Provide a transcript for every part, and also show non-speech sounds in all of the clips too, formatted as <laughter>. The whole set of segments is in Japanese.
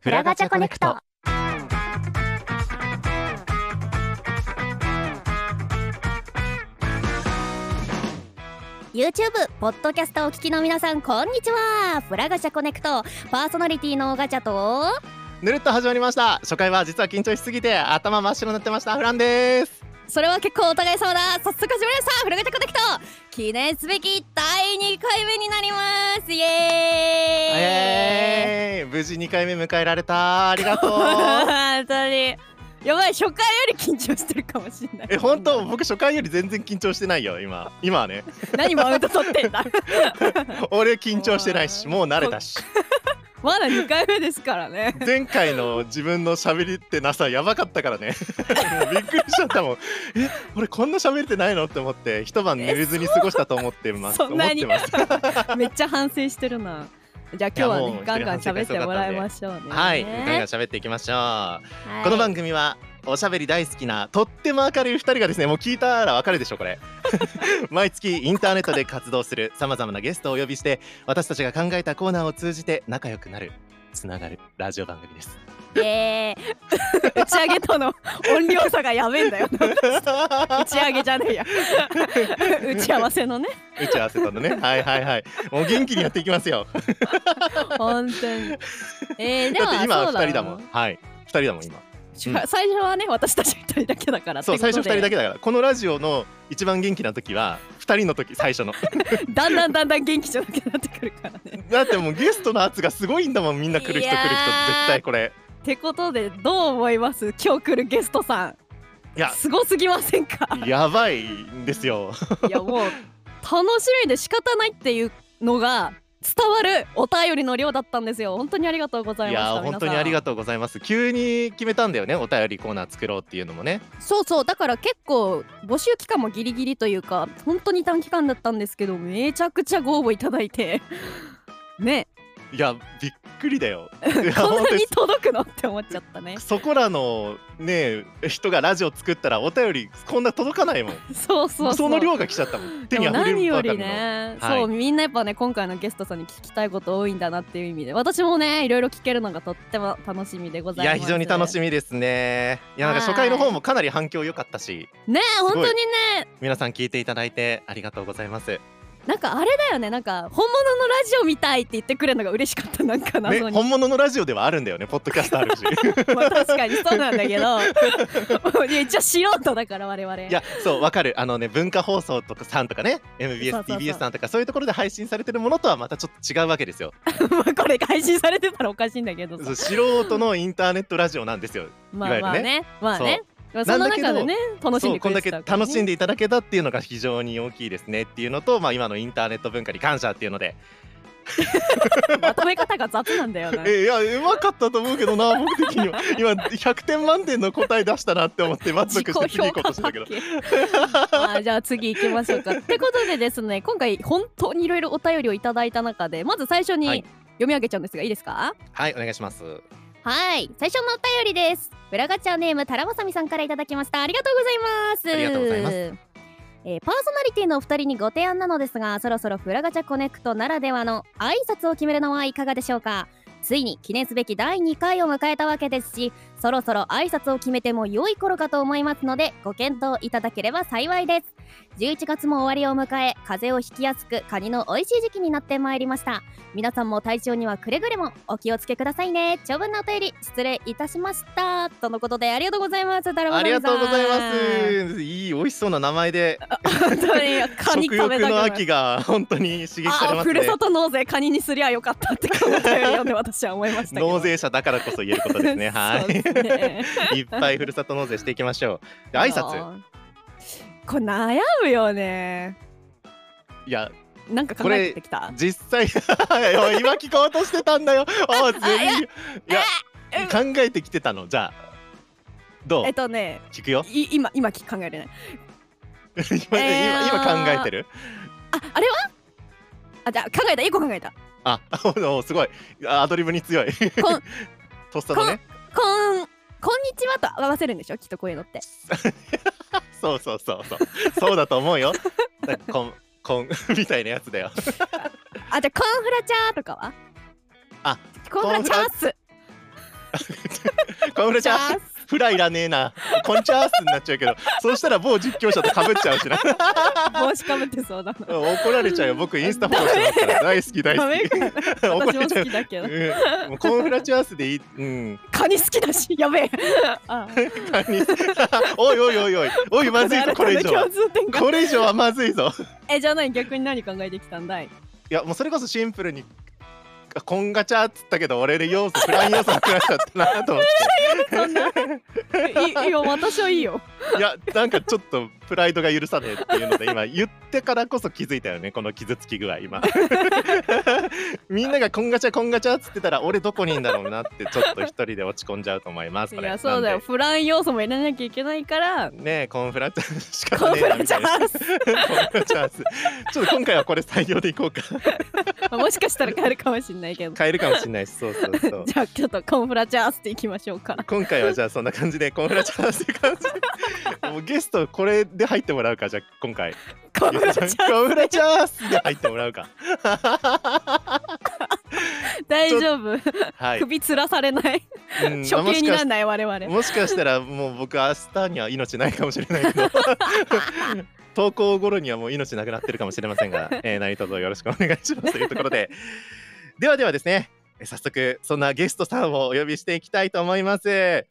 フラガチャコネクト。 YouTube、ポッドキャストをお聞きの皆さん、こんにちは。フラガチャコネクト、パーソナリティのガチャと、ぬるっと始まりました。初回は実は緊張しすぎて頭真っ白になってました。フランです。それは結構お互い様だ。早速始まりました。フラガチャコネクト、記念すべき第2回目になります。イエーえイ。ー、無事2回目迎えられた。ありがと <laughs> う。本当に。やばい、初回より緊張してるかもしれない。え、本当僕初回より全然緊張してないよ、今。今はね。何マウント取ってんだ。俺緊張してないし、もう慣れたし。まだ2回目ですか <laughs> らね。前回の自分の喋りってなさ、やばかったからね。 <laughs> もうびっくりしちゃったもん。え、俺こんな喋ってないのって思って、一晩寝れずに過ごしたと思って <laughs> ます。そんなに思ってます。めっちゃ反省してるな。じゃあ今日は、いやもねう、ガンガン喋ってもらいましょうね。はい、ガンガン喋っていきましょう。この番組はおしゃべり大好きなとっても明るい2人がですねもう聞いたらわかるでしょこれ <laughs> 毎月インターネットで活動するさまざまなゲストをお呼びして私たちが考えたコーナーを通じて仲良くなるつながるラジオ番組です組。え <laughs> ー、打ち上げとの音量差がやべえんだよ。打ち上げじゃねえや。 <laughs> 打ち合わせのね。打ち合わせとのね <laughs> はいはいはいもう元気にやっていきますよ本当に。 <laughs> えー、でだもって今そうだ2人だもんなはい2人だもん今しゅ最初はね、私たち2人だけだからそう最初2人だけけだからこのラジオの一番元気な時は2人の時最 <laughs> 初のだんだんだんだん元気じゃなくなってくるからね。だってもうゲストの圧がすごいんだもんみんな来る人来る人いやー絶対これってことでどう思います今日来るゲストさんいやすごすぎませんか <laughs> やばいんですよいやもう楽しみで仕方ないっていうのが伝わるお便りの量だったんですよ本当にありがとうございましたやー本当にありがととうございます急に決めたんだよねお便りコーナー作ろうっていうのもねうそうそうだから結構募集期間もギリギリというか本当に短期間だったんですけどめちゃくちゃご応募いただいて <laughs> ねいやびっくりだ <laughs> よいやこん本な当にに届くのって思っちゃった <laughs> ねそこらのね人がラジオ作ったらお便りこんな届かないもんそうそうそうの量が来ちゃったもん手でにも溢れ何るよばかりりの、ね、はいそうみんなやっぱね今回のゲストさんに聞きたいこと多いんだなっていう意味で私もねいろいろ聞けるのがとっても楽しみでございいまやす非常に楽しみですねいやなんかはい初回の方もかなり反響良かったしみねご本い当にね皆さん聞いていただいてありがとうございますねなんかあれだよねなんか本物のラジオみたいって言ってくれるのが嬉しかったなんか謎に、本物のラジオではあるんだよねポッドキャストあるしまあ確かにそうなんだけ <laughs> どいや一応素人だから我々いやそうわかるあのね文化放送とかさんとかねそうそうそう MBSTBS さんとかそういうところで配信されてるものとはまたちょっと違うわけですよまあこれ配信されてたらおかしいんだけどそさう素人のインターネットラジオなんですよまあまあいわゆるねまあねまあなそんのだけど中でね楽しんそうでこくんれだてけたからね、楽しんでいただけたっていうのが非常に大きいですねっていうのと、まあ、今のインターネット文化に感謝っていうので、 <laughs> まとめ方が雑なんだよなえいやうまかったと思うけどな僕的には今100点満点の答え出したなって思って満足自して己次評行こう価としてパたけどッケージ <laughs> まあじゃあ次行きま <laughs> しょうか。ってことでですね今回本当にいろいろお便りをいただいた中でまず最初にはい読み上げちゃうんですがいいですかはいお願いしますはい最初のお便りですブラガチャネームタラバサミさんからいただきましたありがとうございますありがとうございますえーパーソナリティのお二人にご提案なのですがそろそろフラガチャコネクトならではの挨拶を決めるのはいかがでしょうかついに記念すべき第2回を迎えたわけですしそろそろ挨拶を決めても良い頃かと思いますのでご検討いただければ幸いです11月も終わりを迎え風邪をひきやすくカニの美味しい時期になってまいりました皆さんも体調にはくれぐれもお気をつけくださいね長文のお便り失礼いたしましたとのことでありがとうございますタラバあサりミさがんとうございますいい美味しそうな名前で本当にカニ食食べ欲のたくなる秋が本当に刺激されあまあすふねるさと納税カニにすりゃよかったってこのお便り読んで私は思いましたけど納税者だからこそ言えること <laughs> ですねはそうですねいいっぱいふるさと納税していきましょうで挨拶これ悩むよねいやなんか考えてきた実際 <laughs> おい今聞こうとしてたんだよあ全然いやえ考えてきてたのじゃあどうえっとね聞くよい今今き考えれない今今えー <laughs> 今考えてるああれはあじゃあ考えた一個考えたあ <laughs> おおすごいあアドリブに強いこん <laughs> とっさのねこんこんにちはと合わせるんでしょきっとこういうのってそうそうそうそうそうだと思うよだこん <laughs> こんみたいなやつだよあじゃあコンフラチャーとかはあコンフラチャースこんにちはチャースフラいらねえなこんちゃーすになっちゃうけどそうしたら某実況者と被っちゃう <laughs> しな帽子かぶってそうだなうん怒られちゃうよ僕インスタフォローしてます <laughs> から大好き大ダメ好かき怒られちゃ私も好うきだけうどんもうコンフラチュアースでいい、うん、 <laughs> <laughs> カニ好きだしやべえあカニおいおいおいおいおい <laughs> まずいぞこれ以上は共通点がこれ以上はまずいぞえじゃあ何逆に何考えてきたんだいいやもうそれこそシンプルにあコンガチャっつったけど俺で要素フライン要素なくなっちゃったなと思っそんないいいよ私はいいよていやなんかちょっとプライドが許さねえっていうので今言ってからこそ気づいたよねこの傷つき具合 <laughs> 今みんながコンガチャコンガチャっつってたら俺どこにいんだろうなってちょっと一人で落ち込んじゃうと思います <laughs> いこれやそうだよなんフラン要素も入れなきゃいけないからでねえコンフラチャしかコンねフえなラみチたャいなンスコンフラチャンスちょっと今回はこれ採用でいこうかもしかしたら変えるかもしれないけど変えるかもしれないしそうそうそうじゃあちょっとコンフラチャンスっていきましょうか今回はじゃあそんな感じでコンフラチャンスって感じでもうゲストこれで入ってもらうかじゃあ今回 <laughs> コンコフラチャンスンフラチャンスで入ってもらうか <laughs> 大丈夫はい、首つらされないうん処も刑しにかなしんない我々もしかしたらもう僕明日には命ないかもしれないけ <laughs> ど投稿頃にはもう命なくなってるかもしれません <laughs> が、えー、何卒よろしくお願いしますというところでではではですねえー早速そんなゲストさんをお呼びしていきたいと思います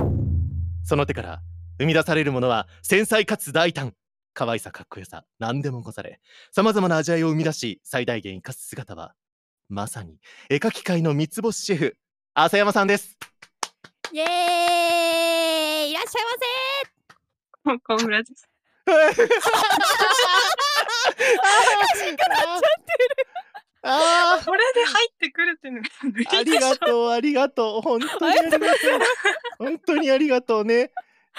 その手から生み出されるものは繊細かつ大胆可愛さかっこよさ何でもござれさまざまな味わいを生み出し最大限生かす姿はまさに絵描き界の三つ星シェフ浅山さんですイエーイいらっしゃいませもうコンフラです。悲しくなっちゃってる。あこれで入ってくるっていうのが無理あ、ありがとう、ありがとう、本当にありがとう、 <laughs> 本当にありがとうね。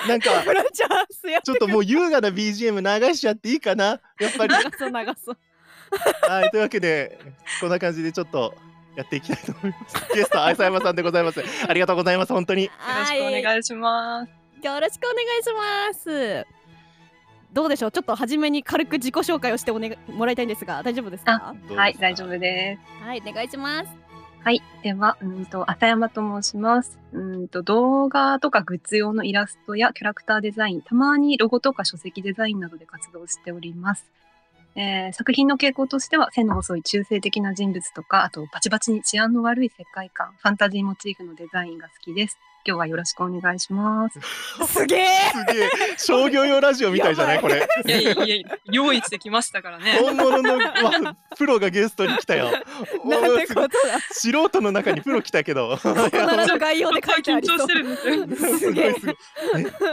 なんか、フラチャンスやちょっともう優雅な BGM 流しちゃっていいかな、やっぱり。流そう流 <laughs> そうはい、というわけで、こんな感じでちょっとやっていきたいと思います。ゲスト、浅山さんでございます。ありがとうございます、本当に。よろしくお願いします。よろしくお願いします。どうでしょうちょっと初めに軽く自己紹介をしてお、ね、もらいたいんですが大丈夫ですかどうですかはい、大丈夫です。はいお願いしますはい、では、うんと、浅山と申します。うんと、動画とかグッズ用のイラストやキャラクターデザイン、たまにロゴとか書籍デザインなどで活動しております。えー作品の傾向としては、線の細い中性的な人物とか、あと、バチバチに治安の悪い世界観、ファンタジーモチーフのデザインが好きです。今日はよろしくお願いします。すげえすげえ、商業用ラジオみたいじゃない、これ。いやいやいや、用意してきましたからね本物のわプロがゲストに来たよ。なんてことだ素人の中にプロ来たけど。ここ <laughs> ならの概要で書いてあり <laughs> そうるんですよすげえすごい <laughs>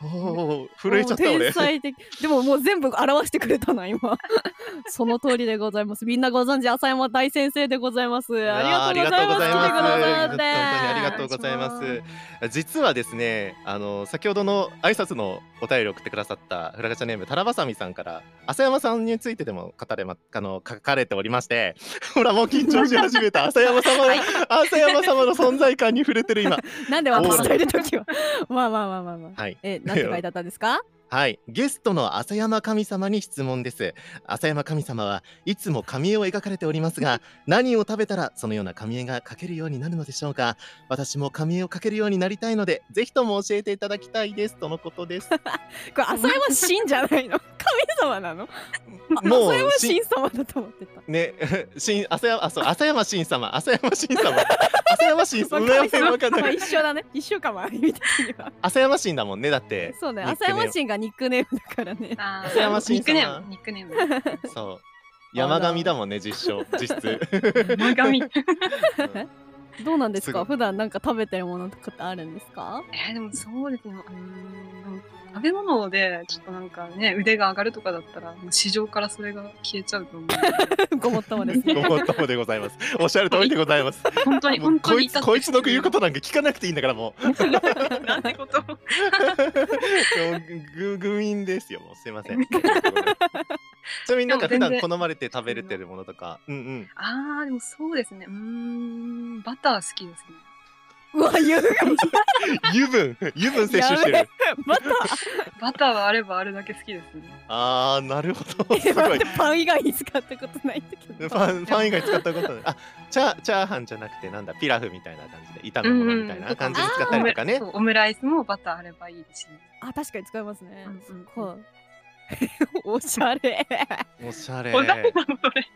おお、震えちゃったもう俺天。才的でももう全部表してくれたな今 <laughs> その通りでございますみんなご存知浅山大先生でございますありがとうございますありがとうございます来てくださっ本当にありがとうございてお願います。実はですね、あの先ほどの挨拶のお便りを送ってくださったフラガチャネームタラバサミさんから浅山さんについてでも語れまあの書かれておりまして、ほらもう緊張し始めた浅山様の浅山様の存在感に触れてる今。なんで私といる時はまあまあまあまあまあはい。えなんて書いてあったんですかはい、ゲストの浅山神様に質問です。浅山神様はいつも紙絵を描かれております <laughs> が、何を食べたらそのような紙絵が描けるようになるのでしょうか。私も紙絵を描けるようになりたいので、ぜひとも教えていただきたいですとのこと <laughs> です。これ浅山神じゃな <laughs> いの神様なのもう浅山し神様だと思ってたね、 <laughs> しん浅山あそう浅山神様、浅山神 <laughs> 様、浅山神様、うまらあやまわかんまなあ <laughs> い一緒だね一緒かもある意味的には浅山神だもんねだって。そうねニックネーム浅山神がニックネームだからね <laughs> あー浅山慎ニックネ様ーム、ニックネーム。そう。山神だもんね実証実 <laughs> 質。 <laughs> 前髪。うえんどうなんですすかぐ普段なんか食べてるものとかってあるんです <laughs> かー、でもそうですね。うーんでも食べ物で、ちょっとなんかね、腕が上がるとかだったら、もう市場からそれが消えちゃうと思 <laughs> う。ごもっともですねごもっともでございます。おっしゃる通りでございます。本当に、もう本当こにいつこいつの言うことなんか聞かなくていいんだからもう <laughs> もと。 <laughs> なんてこと。うぐ軍員ですよもうすいませんちなみになんかで普も全段然好まれて食べれてるものとかうんうんああ、でもそうですね。うーん、バター好きですね。うわ言う油分油 <laughs> 分摂取してるまたバターはあればあるだけ好きですね。あーなるほど <laughs> えすご待っいてパン以外に使ったことないんだけフどァンファン以外使ったことないあチャーチャーハンじゃなくてなんだピラフみたいな感じで炒め物みたいな感じで使ったりとかねそうオムライスもバターあればいいですね。あ確かに使えますねうんうんうんはい <laughs> おしゃれおしゃれお鍋なのそれ。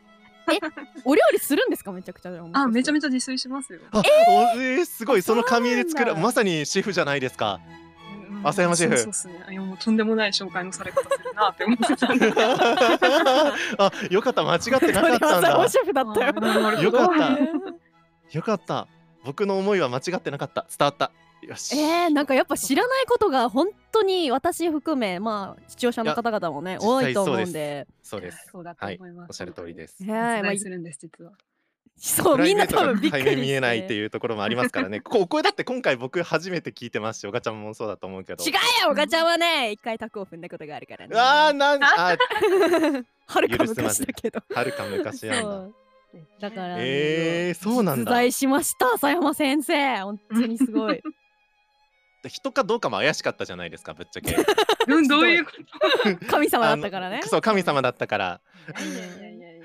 お料理するんですかめちゃくちゃあ、めちゃめちちゃ自炊 <laughs> しますよ。あおえーすごいその紙で作そうなるんだまさにシェフじゃないですかうん浅山シェフそうそうですね。いやもうとんでもない紹介のされ方するなって思ってたんで。あよかった間違ってなかったんだシェフだったよよかったえーよかった僕の思いは間違ってなかった伝わったよし、 <laughs> えー、なんかやっぱ知らないことが本当に私含めまあ視聴者の方々もねいや多いと思う実際そうんででそうですそうだと思います。おっしゃる通りですえはい、ーまあするんです実は。そうみんな多分びっくり対面見えないってういうところもありますからねこお声だって今回僕初めて聞いてますしおがちゃんもそうだと思うけど違うよおがちゃんはね一回タコを踏んだことがあるからねあーなんあ <laughs> はるか昔だけどはるか昔なんだそうだからねえー、そうなん実だ在しました浅山先生本当にすごい <laughs> 人かどうかも怪しかったじゃないですかぶっちゃ <laughs> け <laughs> うんどういう <laughs> こと？神様だったからねあのそう神様だったからいやいやいやいや。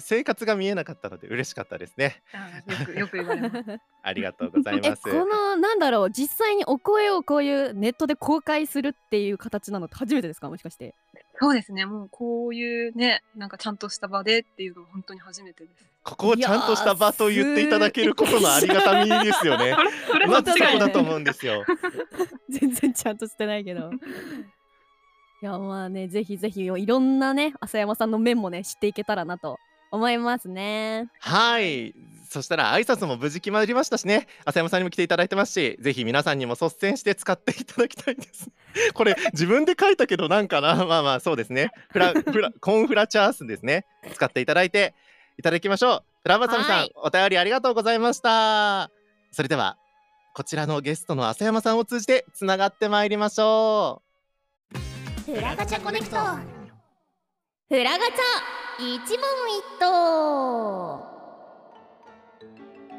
生活が見えなかったので嬉しかったですねあよくよく言わ <laughs> れます。ありがとうございえまこすのなんだろう実際にお声をこういうネットで公開するっていう形なのって初めてですかもしかして <laughs> そうですね。もうこういうね、なんかちゃんとした場でっていうのは本当に初めてです。ここをちゃんとした場と言っていただけることのありがたみですよねそれそれま間ず間そ違こ違いいだなないい。と思うんですよ全然ちゃんとしてないけ <laughs> ど。いやまあねぜひぜひいろんなね浅山さんの面もね知っていけたらなと思いますね。はいそしたら挨拶も無事決まりましたしね浅山さんにも来ていただいてますしぜひ皆さんにも率先して使っていただきたいです <laughs> これ自分で書いたけどなんかなまあまあそうですねフラフ <laughs> ラコンフラチャースですね使っていただいていただきましょうフラバサミさん、はいお便りありがとうございましたそれではこちらのゲストの浅山さんを通じてつながってまいりましょフラガチャコネクトフラガチャ一問一答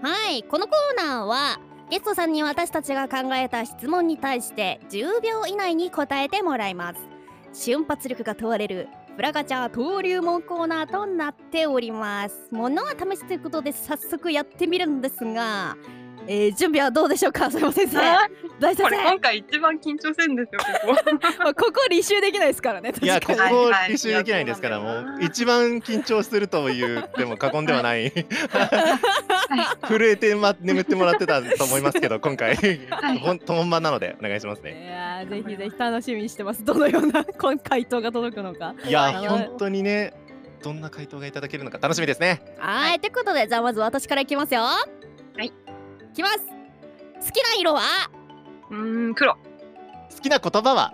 はいこのコーナーはゲストさんに私たちが考えた質問に対して10秒以内に答えてもらいます瞬発力が問われるフラガチャ登竜門コーナーとなっておりますものは試すということで早速やってみるんですが、えー準備はどうでしょうかすいません先生あ大先これ生今回一番緊張してるんですよ。ここ。ここ履修できないですからねういやこ確こかに履修できないんですからはいはいもう一番緊張するというでも過言ではない <laughs> 震えて、ま、眠ってもらってたと思いますけ <laughs> ど今回いほん本番なのでお願いしますね。いやーぜひぜひ楽しみにしてます。どのような今回答が届くのか。いやはい本当にねどんな回答がいただけるのか楽しみですね。はい、ということでじゃあまず私からいきますよ。はいいきます。好きな色はうーん黒。好きな言葉 <laughs> は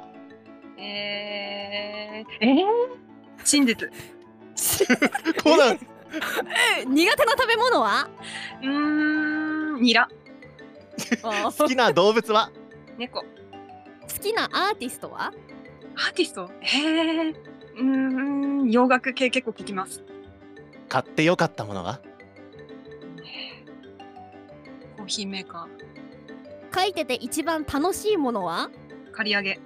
えー、えー、真実。コナンえ <laughs> 苦手な食べ物はうーんニラ <laughs> 好好きな動物は猫きなアーティストはアーティストへえうーん洋楽系結構聞きます。買ってよかったものはコーヒーメーカ書いてて一番楽しいものはー借り上げ。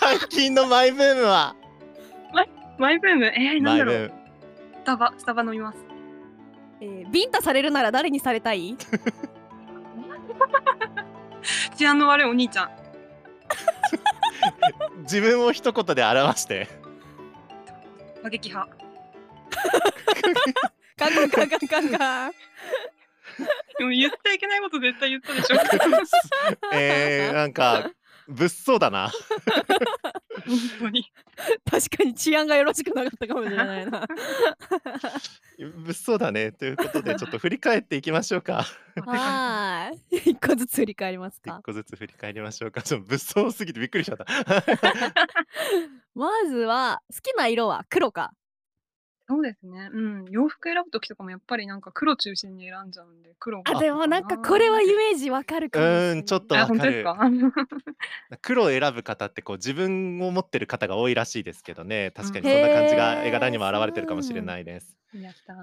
最近のマイブームはマイブームえー、なマんイだブろうームスタバスタバ飲みます。えービンタされるなら誰にされたい治安の悪いお兄ちゃん。自分を一言で表 <laughs> して過激派。ガンガンガンガンガン <laughs> ガン。でも言っちゃいけないこと絶対言ったでし <laughs> ょ。えー、なんか物騒だな本当に。確かに治安がよろしくなかったかもしれないな。物騒だねということでちょっと振り返っていきましょうか。はー <laughs> い。一個ずつ振り返ります一か。個ずつ振り返りましょうか。 <laughs> ちょっと物騒すぎてびっくりしちゃ <laughs> った。まずは好きな色は黒か。そそうですね。うん。洋服選ぶときとかもやっぱりなんか黒中心に選んじゃうんで、黒があでもなんかこれはイメージわかるかもしれないうーんちょっとあ、わ本当かでするか <laughs> 黒を選ぶ方ってこう自分を持ってる方が多いらしいですけどね確かにそんな感じが絵柄にも表れてるかもしれないです。やったー。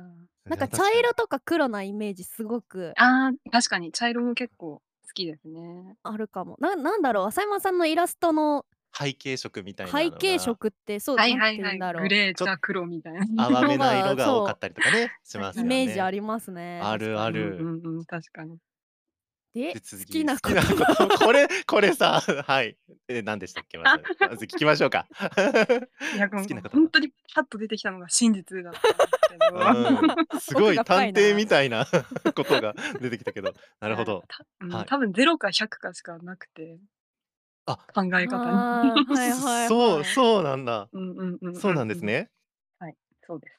なんか茶色とか黒なイメージすごくあー確かに茶色も結構好きですね。あるかもななんだろう浅山さんのイラストの背景色みたいなのが背景色ってそうはなんいはてい言はうい。んだろうグレーと黒みたいな。淡めな色が多かったりとかねしますよイね。メージありますねあるあるうんうんうん、確かに。でで好次きなこ好きなこと <laughs> これこれさはいえ何でしたっけまずまず聞きましょうか。いや、も好うきな方本当にパッと出てきたのが真実だったんですけど。うんすごい奥が深探いな偵みたいな <laughs> ことが出てきたけ <laughs> どなるほど。 <laughs> たうんはい多分ゼロか100かしかなくて、あ考え方に。はいはいはいそうそうなんだ。うんうんうんそうなんです。ね。そうです。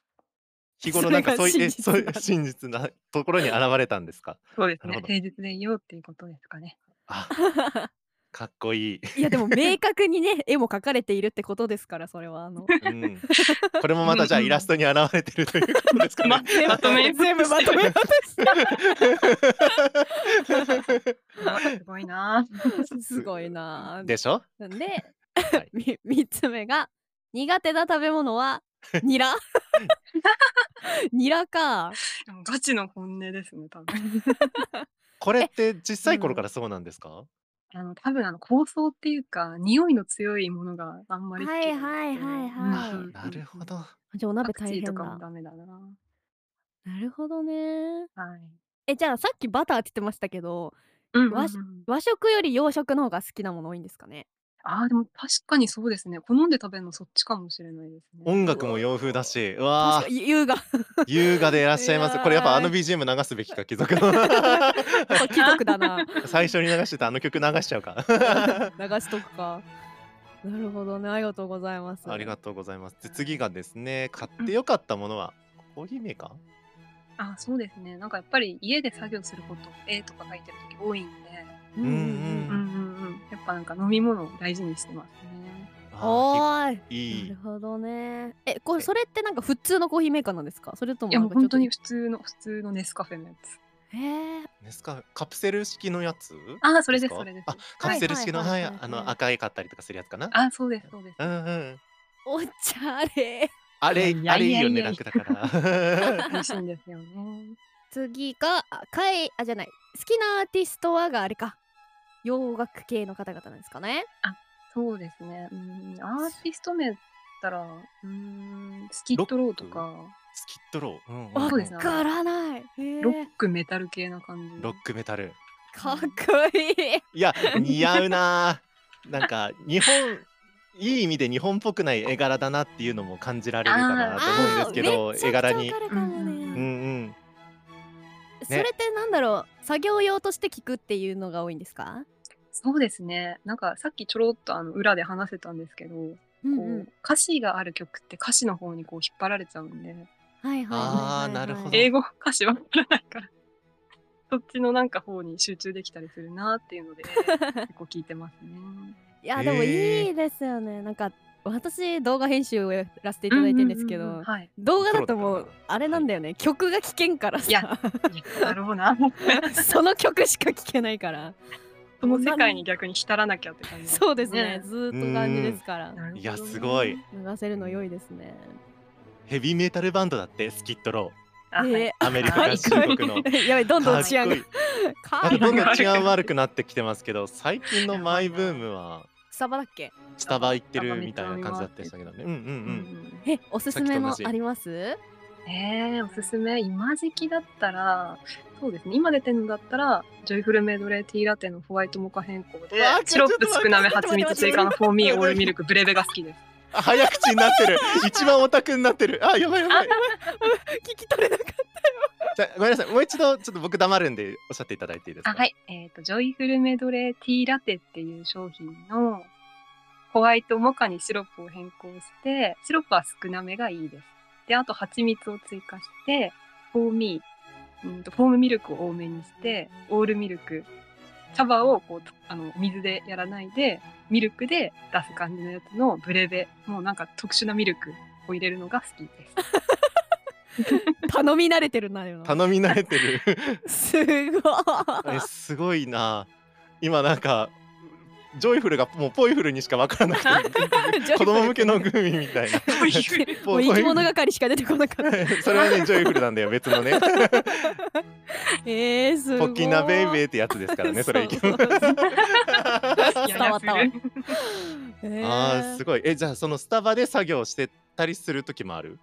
日頃なんかそうそれがいうえ真実そういなんだう真実なところに現れたんです <laughs> か。そうですなねる。ほど平日でいようっていうことです <laughs> かね。あかっこいい。 <laughs> いやでも明確にね絵も描かれているってことですからそれはあの <laughs> うん、これもまたじゃあイラストに現れてるということですか <laughs> ね。 <laughs> まとめ全部まとめあすごいな。 <laughs> すごいなでしょで <laughs> はいみ3つ目が苦手な食べ物はニラ <laughs> ニラかでもガチの本音ですね、多 <laughs> 分。これって小さい頃からそうなんですか、あの多分あの香草っていうか匂いの強いものがあんまり好きじゃなくてはいはいはいはあいうんなるほ。うんうんうんど。じゃあおパ鍋ク大チー変だとかもダメだな。なるほどねはい。えじゃあさっきバターって言ってましたけどうん和食和食より洋食の方が好きなもの多いんですかねああでも確かにそうですね。好んで食べるのそっちかもしれないですね。音楽も洋風だし、う確わかあ、に優雅 <laughs> 優雅でいらっしゃいまいす。やーこれやっぱあの BGM 流すべきか、貴族の。そう貴族だな最初に流してたあの曲流しちゃうか。流しとくかなるほどねありがとうございますありがとうございます。で次がですね、買ってよかったものは、コーヒーメーカーあそうですね。なんかやっぱり家で作業すること、絵とか描いてる時多いんで、ううんううんんうんうん。やっぱなんか飲み物を大事にしてますね。おあーいーいないる。ほどね。え、これそれってなんか普通のコーヒーメーカーなんですか？それともいやなもんかうちょ本っと当に普通の、普通のネスカフェのやつ。へえ。ネスカフェカプセル式のやつああ、それです、かそれです。あ、カプセル式の、はいははいい、はいはいあの赤いかったりとかするやつかな。あそうです、そうです。うんうん。お茶れ。あれ、いやあいやいれいいやいやよね、楽だから。美味しいんですよね。次があかいあじゃない。好きなアーティストはがあれか。洋楽系の方々なんですかね。そうですね。うん、アーティスト名だったら、うん、スキットローとか、スキットロー。うんんんあそうですねわからない。へえロ。ックメタル系な感じ。ロックメタル。かっこいい。いや、似合うなー。なんか、日本。いい意味で日本っぽくない絵柄だなっていうのも感じられるかなと思うんですけあどーめっちゃ絵柄にわかるかもねううんうんそれってなんだろう。作業用として聞くっていうのが多いんですか？そうですね。なんかさっきちょろっとあの裏で話せたんですけど、うんこう歌詞がある曲って歌詞の方にこう引っ張られちゃうんで、はいはいはいはいはい。あーなるほど英語歌詞わからないから、 <laughs> そっちのなんか方に集中できたりするなっていうの <laughs> で、結構聞いてますね。いやでもいいですよね。なんか私動画編集をやらせていただいてるんですけど。ううううんはい。動画だともプロだうからあれなんだよね、曲が聴けんからさいやいやだろ <laughs> うな。 <laughs> その曲しか聴けないからその世界に逆に浸らなきゃって感じ、そうですねずーっと感じですからなるほどねいやすごい。流せるの良いですねヘビーメタルバンドだってスキットロあはいえーアメリカ合衆国のー <laughs> やべどんどん治安がかっかなっんかこいどいんどん治安悪くなってきてます <laughs> けど最近のマイブームはスタバだっけスタバ行ってるみたいな感じだったりしたけどねうんうんううんんえおすすめのさっきと同じありますえー、おすすめ今時期だったらそうですね今出てるのだったらジョイフルメドレーティーラテのホワイトモカ変更でわあシロップちょっと待って少なめちょっと待蜂って蜜追加のフォーミーオールミルクブレベが好きですあ早口になってる一番オタクになってるあやばいやばい聞き取れなかっじゃあごめんなさいもう一度ちょっと僕黙るんでおっしゃっていただいていいですかあはいえっ、とジョイフルメドレーティーラテっていう商品のホワイトモカにシロップを変更してシロップは少なめがいいですであと蜂蜜を追加してフォーミーうんとフォームミルクを多めにしてオールミルク茶葉をこうあの水でやらないでミルクで出す感じのやつのブレベもうなんか特殊なミルクを入れるのが好きです頼み慣れてるなよ頼み慣れてるすごいえすごいな今なんかジョイフルがもうポイフルにしかわからなく <laughs> て <laughs> 子供向けのグミみたいなポイフルもう生き物係しか出てこなかった <laughs> それはねジョイフルなんだよ別のねえー、すごポいッキーナベイベーってやつですからねそれ生き物そうそうそうや伝わったわやする <laughs> <laughs> えあーーすごいえじゃあそのスタバで作業してたりする時もある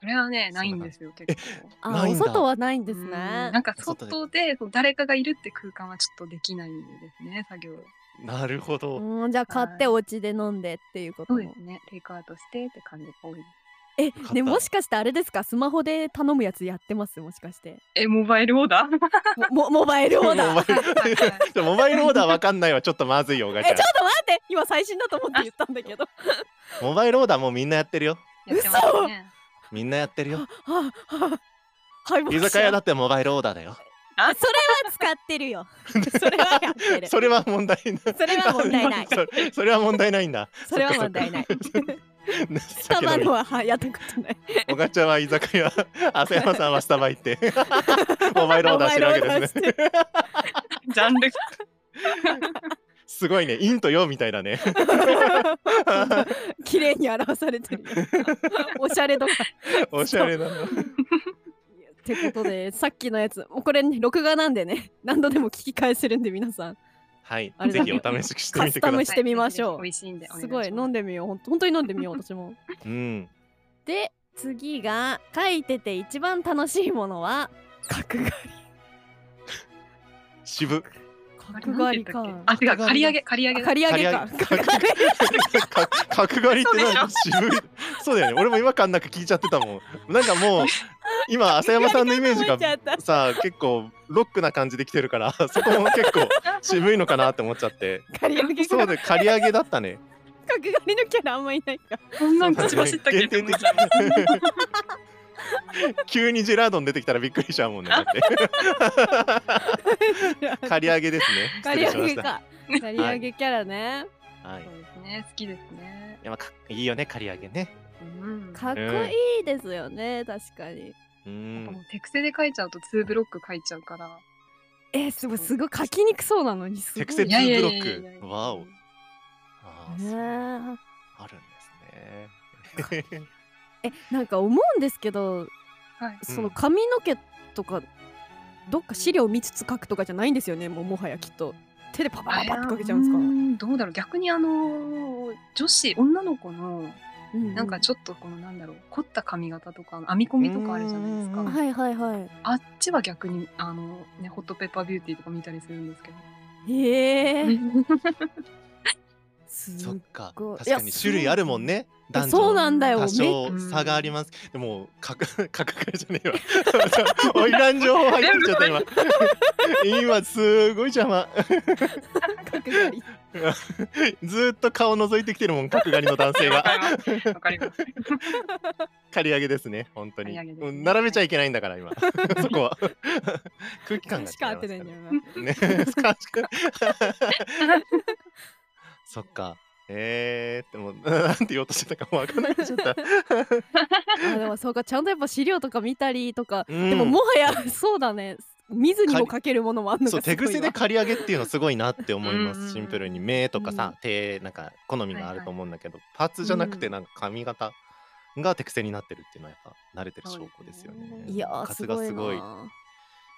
それはねないんですよ結構。あないおんだ外はないんですうんねなんか外で外でこう誰かがいるって空間はちょっとできないんですね作業。なるほど、うんじゃあ買ってお家で飲んでっていうことそうでもすねテイクアウトしてって感じが多い。え買ったでもしかしてあれですかスマホで頼むやつやってますもしかしてえモバイルオーダー？もモバイルオー <laughs> ダーモバイルはいはいでもモバイルオーダーわかんないはちょっとまずいよおがえちちゃょっんと待って今最新だと思って言ったんだけどモバイルオーダーもうみんなやってるよやってますね。みんなやって <laughs> るよはあはあ敗北居者酒屋だってモバイルオーダーだよあそれは使ってるよそれは <laughs> やって <laughs> るそれは問題ないそれは問題な <laughs> いそれそれは問題ないんだそれは問題ないススタバのはは <laughs> やったことないおがちゃんは居酒屋、浅山さんはスタバ行って、 <laughs> モバイルオーダーしてるわけですね。ジャンルすごいね、陰と陽みたいだ <laughs> ね。綺麗に表されてるよおしゃれとかおしゃれだな。ってことでさっきのやつもうこれね録画なんでね何度でも聞き返せるんで皆さんはいあ、れぜだひおね試ししてみてくだカスタムさしてみましょうはい美味しいんでお願いしますごい飲んでみようほん本当に飲んでみよう私もい。うん、 <laughs> で次が書いてて一番楽しいものは角刈り渋。角刈りかあれなんて言ったっけあ違う刈り上げ刈り上げ刈り上げか刈り上げか角刈りってなんか渋い。そうだよね、俺も違和感なく聞いちゃってたもん。なんかもう、今浅山さんのイメージ思が <laughs> っちゃったさあ、結構ロックな感じで来てるから、そこも結構渋いのかなって思っちゃって。刈り上げかそう角で、刈り上げだったね。刈りのキャラあんまいないかこんなん口走ったっけ限定的急にジェラードン出てきたらびっくりしちゃうもんねだって刈り上げですね刈り失礼上しまげしか刈り上げキャラねたはいそうですね好きですね。いやまあかいいよね刈り上げねうん。かっこいいですよね確かにうもんう手癖で書いちゃうとツーブロック書いちゃうから。えすごいすごい書きにくそうなのにすご手い癖ねいやいやいやいやいやブロックわおあーそうえあるんです <laughs> ねえなんか思うんですけどはい。その髪の毛とか、どっか資料見つつ書くとかじゃないんですよねもうもはやきっと手でパパパパって書けちゃうんですか、ーどうだろう逆にあの女子女の子のうんなんかちょっとこのなんだろう凝った髪型とか編み込みとかあるじゃないでうすんうんうんか。はいはいはあっちは逆にあのねホットペッパービューティーとか見たりするんですけど。いへえー、すそっかごい確かに種類あるもんね男女そうなんだよ多め少差があります。でも、か <laughs> く、かくかじゃねえわ。 <laughs> おいらん情報入ってきちゃった、今。今、 <laughs> すごい邪魔。角刈り <laughs> ずーっと顔覗いてきてるもん、角刈りの男性 <laughs> わがか。ります。わかります。刈り上げですね、本当に。刈り上げですねうん並べちゃいけないんだから、 <laughs> 今。そこは。 <laughs> 空気感が違いますしかから合ってないんだよなね、 <laughs> スカーシ君そっか。えー、でも、なんて言おうと <laughs> してたかもわかんなくなっちゃった。あでもそうかちゃんとやっぱ資料とか見たりとか、うん <laughs> でももはやそうだね見ずにも書けるものもあるのがすそごうい手癖でわ刈り上げっていうのすごいなって思いまうんうんうすんシンプルに目とかさ、う手なんか好みがあると思うんだけど、パーツじゃなくてなんか髪型が手癖になってるっていうのはやっぱ慣れてる証拠ですよねそうですねいやーかすつがごいすごいな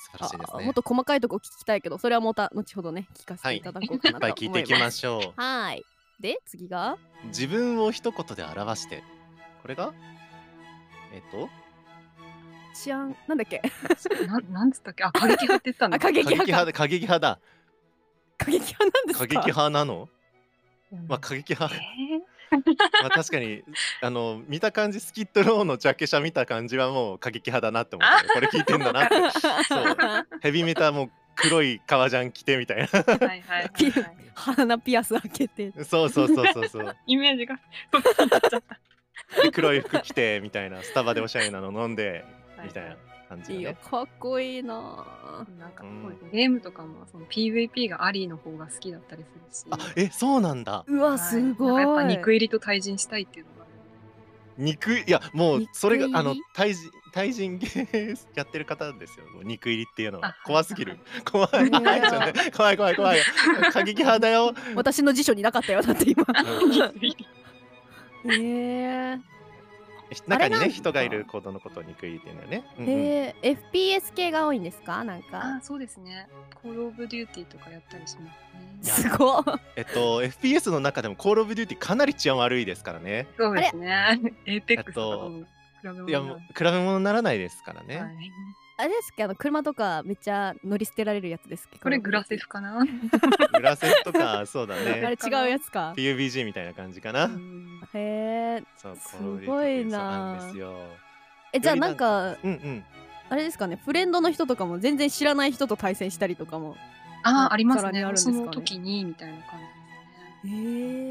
素晴らしいですあねもっと細かいとこ聞きたいけどそれはまた後ほどね聞かせていただこうかいなっとぱい思聞いていきまししょょうはいで次がう自分を一言で表してこれがえっと治安なんだっけ <laughs> なんなんつったっけあ過激派って言ったのあ。過激過激派派かだ過激派だ過激派なんです過か激派なのまあ過激派 <laughs> えーまあ確かにあの見た感じスキットローのジャケ写見た感じはもう過激派だなって思ってこれ聞いてんだ <laughs> なってそうヘビメタもう黒い革ジャン着てみたいなはいはいはいピはい。 <laughs> 鼻ピアス開けて <laughs> そうそうそうそうそうイメージがそっちに行っちゃった。で黒い服着てみたいなスタバでおしゃれなの飲んでみたいな感じいいだよねかっこいいななんかそうですねゲームとかもその PVP がアリーの方が好きだったりするし。あえそうなんだうはわいすごいなんかやっぱ肉入りと対人したいっていうのが肉いやもうそれが肉入りあの対人対人芸やってる方ですよもう肉入りっていうのはあ怖すぎる怖い怖いじゃない怖い怖い怖い過激派だよ私の辞書になかったよだって今 <laughs> <laughs> うへえ中にあれなんねだ人がいる行動のことを肉入りっていうんだよね、うんうんへえ FPS 系が多いんですかなんかあそうですね。コールオブデューティーとかやったりしますすね。ごっえっと FPS の中でもコールオブデューティーかなり治安悪いですからねそうですね。エーペックスとかも比いべ物になやらもなうい比べ物にならないですからね、はい <laughs> あれですけど車とかめっちゃ乗り捨てられるやつですけどこれグラセフかな。グラセフとかそうだあれね違うやつか PUBG みたいな感じかな、うんへえそうすコールオブデュごーティーいそうななんですよえじゃあなんかうんうんあれですかねフレンドの人とかも全然知らない人と対戦したりとかもああ、あります空にねあるんですそかねの時にみたいな感じですね。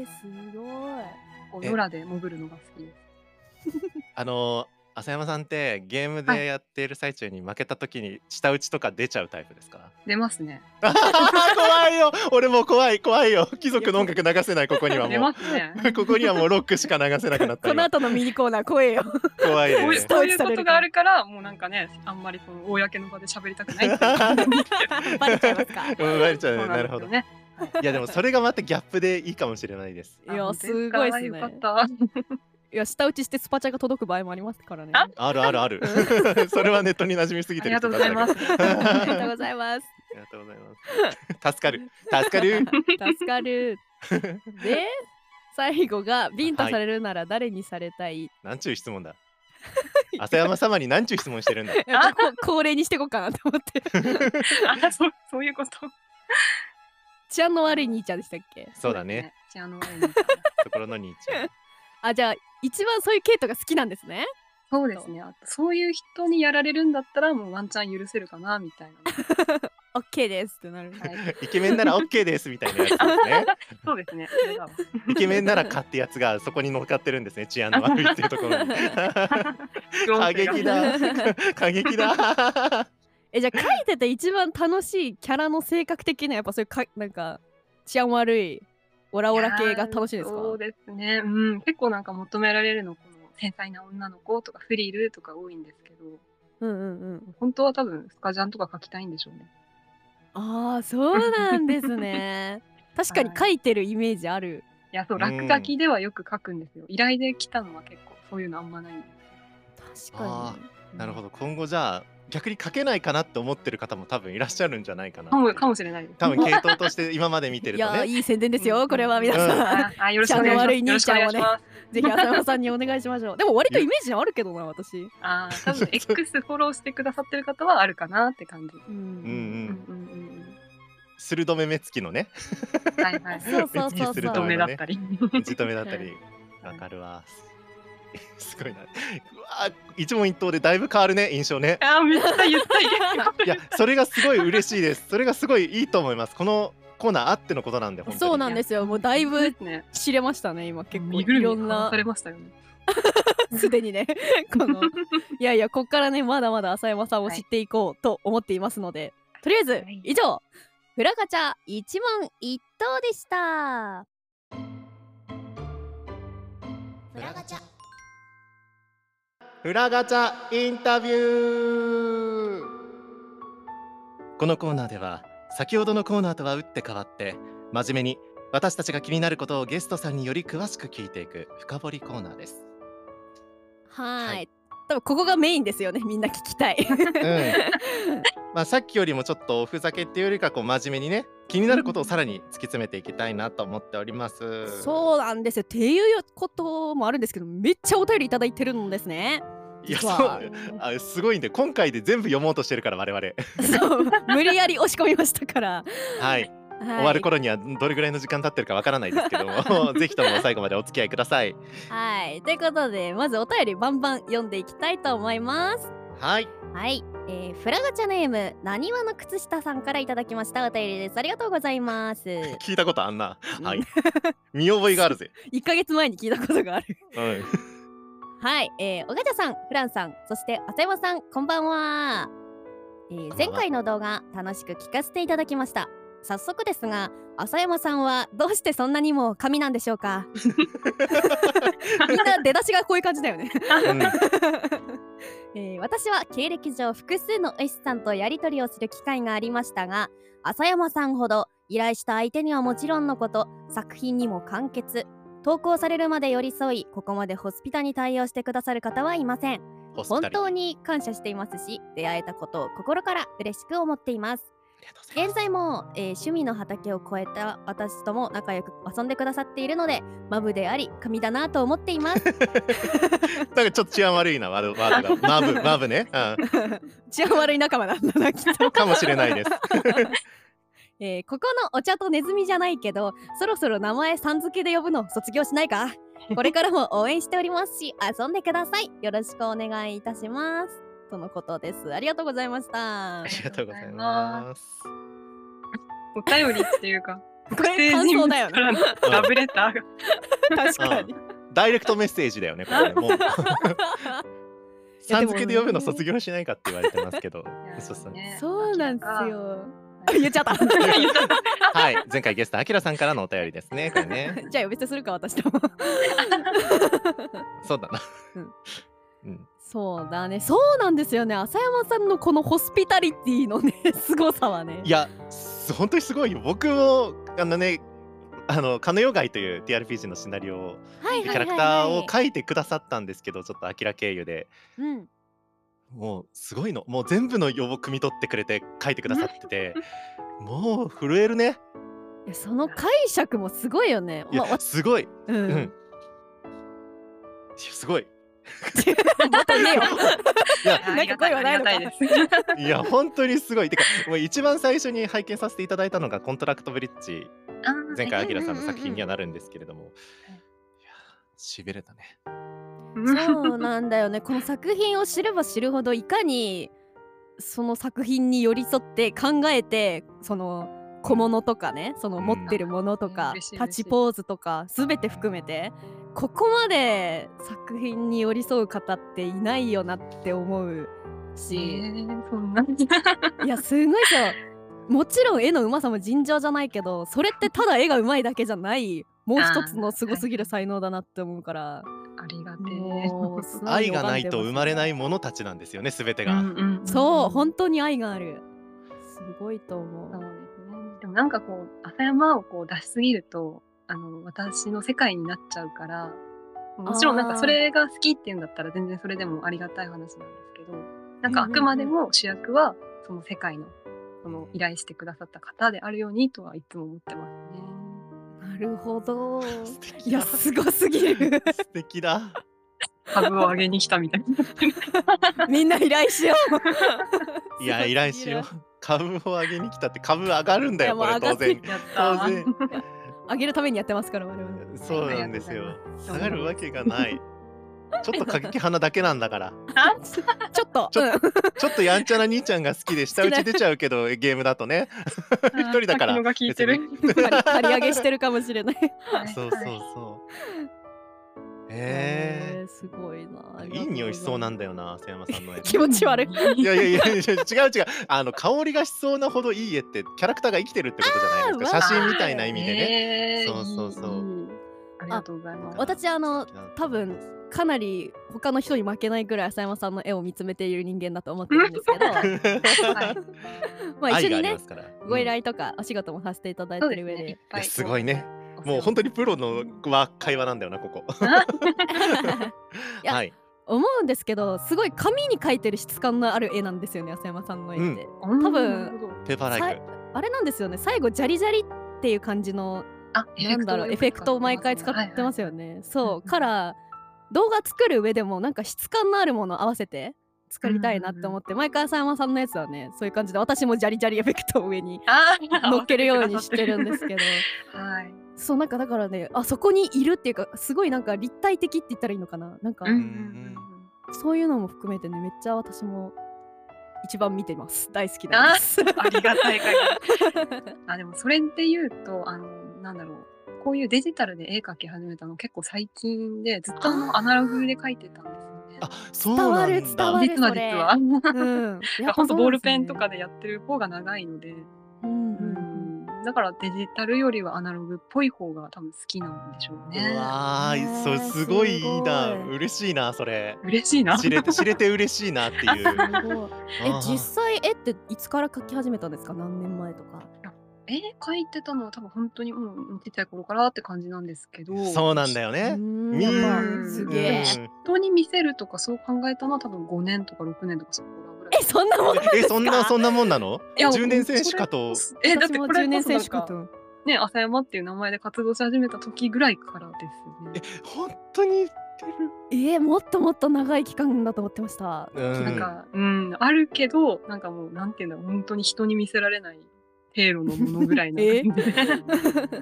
へえすごいこうえ空で潜るのが好きです。あの浅山さんってゲームはでいやっている最中に負けた時に舌打ちとか出ちゃうタイプです <laughs> か出ますね。怖いよ俺もう怖い怖いよ貴族の音楽流せないここには出もます <laughs> ね。うここにはもうロックしか流せなくなったこ今の後のミニコーナー怖え <laughs> よ怖いこういでうすこういうことがあるから、もうなんかね、あんまりこの公の場で喋りたくないっていう感じバレちゃいますか <laughs> うんバレちゃうそねうなんるですほよどね。いやでもそれがまたギャップでいいかもしれないですいやあすごいっすねよかった。いや舌打ちしてスパチャが届く場合もありますからねああるあるある <laughs> それはネットに馴染みすぎあてりるがと人うたごちざだいけどます。ありがとうございますありがとうございます助かる助かる助か <laughs> るで最後がビンタされるなら誰にされたい、なんちゅう質 <laughs> 問だ浅山様になんちゅう質問してるんだやっぱこ恒例にしていこうかなと思って <laughs> あ、そう、そういうこと。治安の悪い兄ちゃんでしたっけそうだね。 <laughs> じゃあ、あの、ところの兄ちゃんあじゃあ一番そういう系統が好きなんですねそうですね。あそういう人にやられるんだったら、もうワンチャン許せるかなみたいな。オッケーですってなる <laughs> はい、イケメンなら OK ですみたいなやつですねそうですね。それだわイケメンなら勝ってやつがそこに乗っかってるんですね治安の悪いっていうとこ <laughs> ろに過激だ過激だえ <laughs> じゃあ書いてて一番楽しいキャラの性格的なやっぱそういうかなんか治安悪いオラオラ系が楽しいですかそうですね。うん、結構なんか求められるの、この繊細な女の子とかフリルとか多いんですけど、うんうんうん本当は多分スカジャンとか書きたいんでしょうね。ああそうなんです <laughs> ね確かに書いてるイメージあるいや、そうう、ん落書きではよく書くんですよ。依頼で来たのは結構そういうのあんまないんで。確あかになるほど。ど今後じゃあ逆に書けないかなって思ってる方も多分いらっしゃるんじゃないかなかもかもしれないです。多分系統として今まで見てるいとやーねいい宣伝ですよ、うんこれは皆さん、 <laughs> ああ、よろしくお願いします。悪い兄ちゃんをねよろしくお願いしま <laughs> すぜひ浅山さんにお願いしましょうでも割とイメージあるけどな私ああ、多分 X フォローしてくださってる方はあるかなって感じ。ううんんううんんうんうん鋭め目つきの <laughs> ねうん。はいはい。 <laughs> そうそ目うそうそう <laughs> つき認鋭めめだのっねたり。じとめだったりわかるわすごいな <laughs> うわー一問一答でだいぶ変わるね印象ねああ、めっちゃ言った言ったいやそれがすごい嬉しいですそれがすごいいいと思いますこのコーナーあってのことなんで本当にそうなんですよもうだいぶですね。知れましたね今結構身いぐるみろがん剥がなされましたよね。すでにねこのいやいやこっからねまだまだ浅山さんを知っていこうと思っていますので、とりあえず、はい以上フラガチャ一問一答でしたフラガチャフラガチャインタビューこのコーナーでは先ほどのコーナーとは打って変わって真面目に私たちが気になることをゲストさんにより詳しく聞いていく深掘りコーナーです。はいはい多分ここがメインですよねみんな聞きたいうんまあ、さっきよりもちょっとおふざけっていうよりかこう真面目にね気になることをさらに突き詰めていきたいなと思っております。 <laughs> そうなんですよっていうこともあるんですけどめっちゃお便りいただいてるんですねいや実そはうあすごいんで今回で全部読もうとしてるから我々、 <laughs> そう無理やり押し込みましたから、はい、はい、終わる頃にはどれぐらいの時間経ってるかわからないですけど <laughs> もぜひとも最後までお付き合いください。はいということでまずお便りバンバン読んでいきたいと思いますはいはい、えー、フラガチャネームなにわの靴下さんからいただきましたお便りですありがとうございます <laughs> 聞いたことあんな。はい。見覚えがあるぜ。一ヶ月前に聞いたことがある <laughs> うん。 <laughs> はい、えー、おがちゃさんフランさんそして浅山さんこんばんはえーこんばんは前回の動画楽しく聞かせていただきました早速ですが浅山さんはどうしてそんなにも神なんでしょう <laughs> かみんな出だしがこういう感じだよね、うんえー私は経歴上複数の絵師さんとやり取りをする機会がありましたが浅山さんほど依頼した相手にはもちろんのこと作品にも完結投稿されるまで寄り添いここまでホスピタに対応してくださる方はいませんホスピ本タリ当に感謝していますし出会えたことを心から嬉しく思っています現在も、えー趣味の畑を越えた私とも仲良く遊んでくださっているのでマブであり神だなと思っています <laughs> なんかちょっと治安悪いなワードワードがマ <laughs> ブマブね、う治安悪い仲間なんだなきっとん、かもしれない <laughs> ですえーここのお茶とネズミじゃないけどそろそろ名前さん付けで呼ぶの卒業しない <laughs> かこれからも応援しておりますし遊んでくださいよろしくお願いいたしますとのことですありがとうございましたありがとうございます <laughs> お便りっていうか、これ感想だよね特定人物からのラブレターが。確かにダイレクトメッセージだよねこれねも <laughs> うさん付けで呼ぶの卒業業しないかって言われてますけど <laughs> そうそうね <laughs> そうなんです。かよ言っちゃった <laughs> はい前回ゲストあきらさんからのお便りですねこれねじゃあ呼び捨てするか私ともそうだなうんうんそうだねそうなんですよね浅山さんのこのホスピタリティの <laughs> ね凄さはねいやす本当にすごいよ僕もあのねあの「カノヨガイ」という TRPG のシナリオをはいキャラクターを書いてくださったんですけどちょっとあきら経由でうんもうすごいのもう全部の予防汲み取ってくれて書いてくださって <laughs> てもう震えるねいやその解釈もすごいよねいまあやわすごい、ううん、いやんすごい <laughs> また言えよいやありがたいなんか声はないのかありがたいです。いや本当にすごいてかもう一番最初に拝見させていただいたのが「コントラクトブリッジ」前回はいアキラさんの作うんうんうんうん品にはなるんですけれども、いやしびれたねそうなんだよ <laughs> ねこの作品を知れば知るほどいかにその作品に寄り添って考えてその小物とかねそのうん持ってるものとか、嬉しい立ちポーズとか全て含めてここまで作品に寄り添う方っていないよなって思うえし、ーそんな。いやすごいじゃんもちろん絵のうまさも尋常じゃないけどそれってただ絵がうまいだけじゃないもう一つのすごすぎる才能だなって思うから。ありがてもうすご愛がないと生まれないいものたちなんですよね全てえ。が、うんうんうんそう、本当に愛がある。すごいと思そう。うですね。でもなんかこう浅山をこう出しすぎるとあの私の世界になっちゃうからもちろんなんあかーそれが好きっていうんだったら全然それでもありがたい話なんですけどなんかうあんうんうんくまでも主役はその世界のその依頼してくださった方であるようにとはいつも思ってますね。なるほど。素敵 <laughs> いや、すごすぎる。 <laughs> <laughs> 素敵だ株を上げに来たみたいな。みんな依頼しよ <laughs> う。いや依頼しよう株を上げに来たって株上がるんだよいやこもうれ当然やっ当然う。あげるためにやってますから、我々。 <laughs> そうなんですよあ下がるりがとうござわけがないちょっと過激派なだけなんだからちょっと。ちょうんちょっとやんちゃな兄ちゃんが好きで下打ち出ちゃうけどゲームだとね <laughs> 一人だからあー滝野が聞いてる。借り借り上げしてるかもしれ <laughs> ない。そうそうそうええー、すごいな。ー、いい匂いしそうなんだ。だよな瀬山さんの絵気持ち悪い。い <laughs> やいやいやいや違う違うあの香りがしそうなほどいい絵ってキャラクターが生きてるってことじゃないですかあーわ写真みたいな意味でねねそうそうそうありがとうございます。私あの多分かなり他の人に負けないぐらい浅山さんの絵を見つめている人間だと思ってるんですけど <laughs> はいまあ一緒にねからご依うんい頼とかお仕事もさせていただいそうてでるす上でね。いっぱやいすごいねこもう本当にプロのは会話なんだよなここ <laughs> いやはい思うんですけどすごい紙に描いてる質感のある絵なんですよね浅山さんの絵って、うん多分ペーパーライクあれなんですよね最後ジャリジャリっていう感じのあ、。なんだろうエフェクトを毎回使ってますすよね、うんそううんから動画作る上でもなんか質感のあるものを合わせて作りたいなって思って、毎回浅山さんのやつはねそういう感じで私もジャリジャリエフェクトを上 <laughs> にあ乗っけるようにしてるんですけどど。 <laughs> はい。そうなんかだからねあそこにいるっていうかすごいなんか立体的って言ったらいいのかななんか、うんそういうのも含めてね、めっちゃ私も一番見てます。大好きなんです。ありがたい限り。 <laughs> あ、でもそれで言うと、あの、なんだろう。こういうデジタルで絵描き始めたの結構最近で、ずっとあのアナログで描いてたんですあそうな伝わるん伝わだるよね。実はそれ <laughs> 実は。<laughs> うん。い本当ボールペンとかでやっぱそうなんですねやってる方が長いので、うんうんうんうん、だからデジタルよりはアナログっぽい方が多分好きなんでしょうねう。わねーえそうすごいいいなすごい嬉しいなそれ嬉しいな。知れて知れて嬉しいなって <laughs> いうえあー実際絵っていつから描き始めたんですか何年前とかえ描いてたのは多分本当にもうちっちゃい頃からって感じなんですけど。そうなんだよねうんみんまあうんすげえうん人に見せるとかそう考えたのは多分5年とか6年とかそこらぐらい。えそんなもんなんですえかそんなそんなもんなのいや10年選手かとそれこそえだって私もこれ10年選手かこそなんかとね浅山っていう名前で活動し始めた時ぐらいからですよね。本当に言ってえー、もっともっと長い期間だと思ってましたる、うなんかうんあるけどなんかもうなんていうんだろう本当に人に見せられない程度のものぐらいな感じ <laughs> で。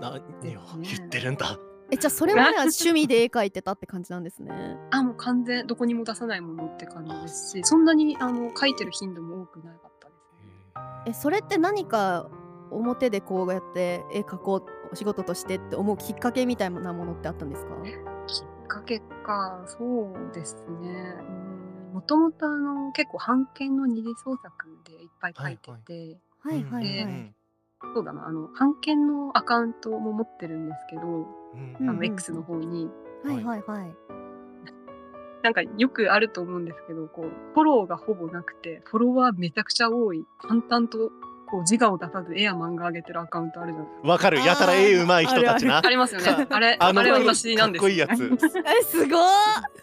何をね言ってるんだえじゃあそれまでは趣味で絵描いてたって感じなんですね <laughs> あもう完全どこにも出さないものって感じですしそんなにあの書いてる頻度も多くなかったですえそれって何か表でこうやって絵描こうお仕事としてって思うきっかけみたいなものってあったんですかきっかけかそうですねもともと結構版権の二次創作でいっぱい書いてて、はいはいはい、うんそうだなあの版権のアカウントも持ってるんですけど、うんうんあうんの X の方にはいはいはいなんかよくあると思うんですけどこうフォローがほぼなくてフォロワーめちゃくちゃ多い淡々とこう自我を出さず絵や漫画上げてるアカウントあるじゃないですか。わかるやたら絵うまい人たちなありますよ <laughs> ね。あれ、ああのれかっ私なんですこいいやつえすごー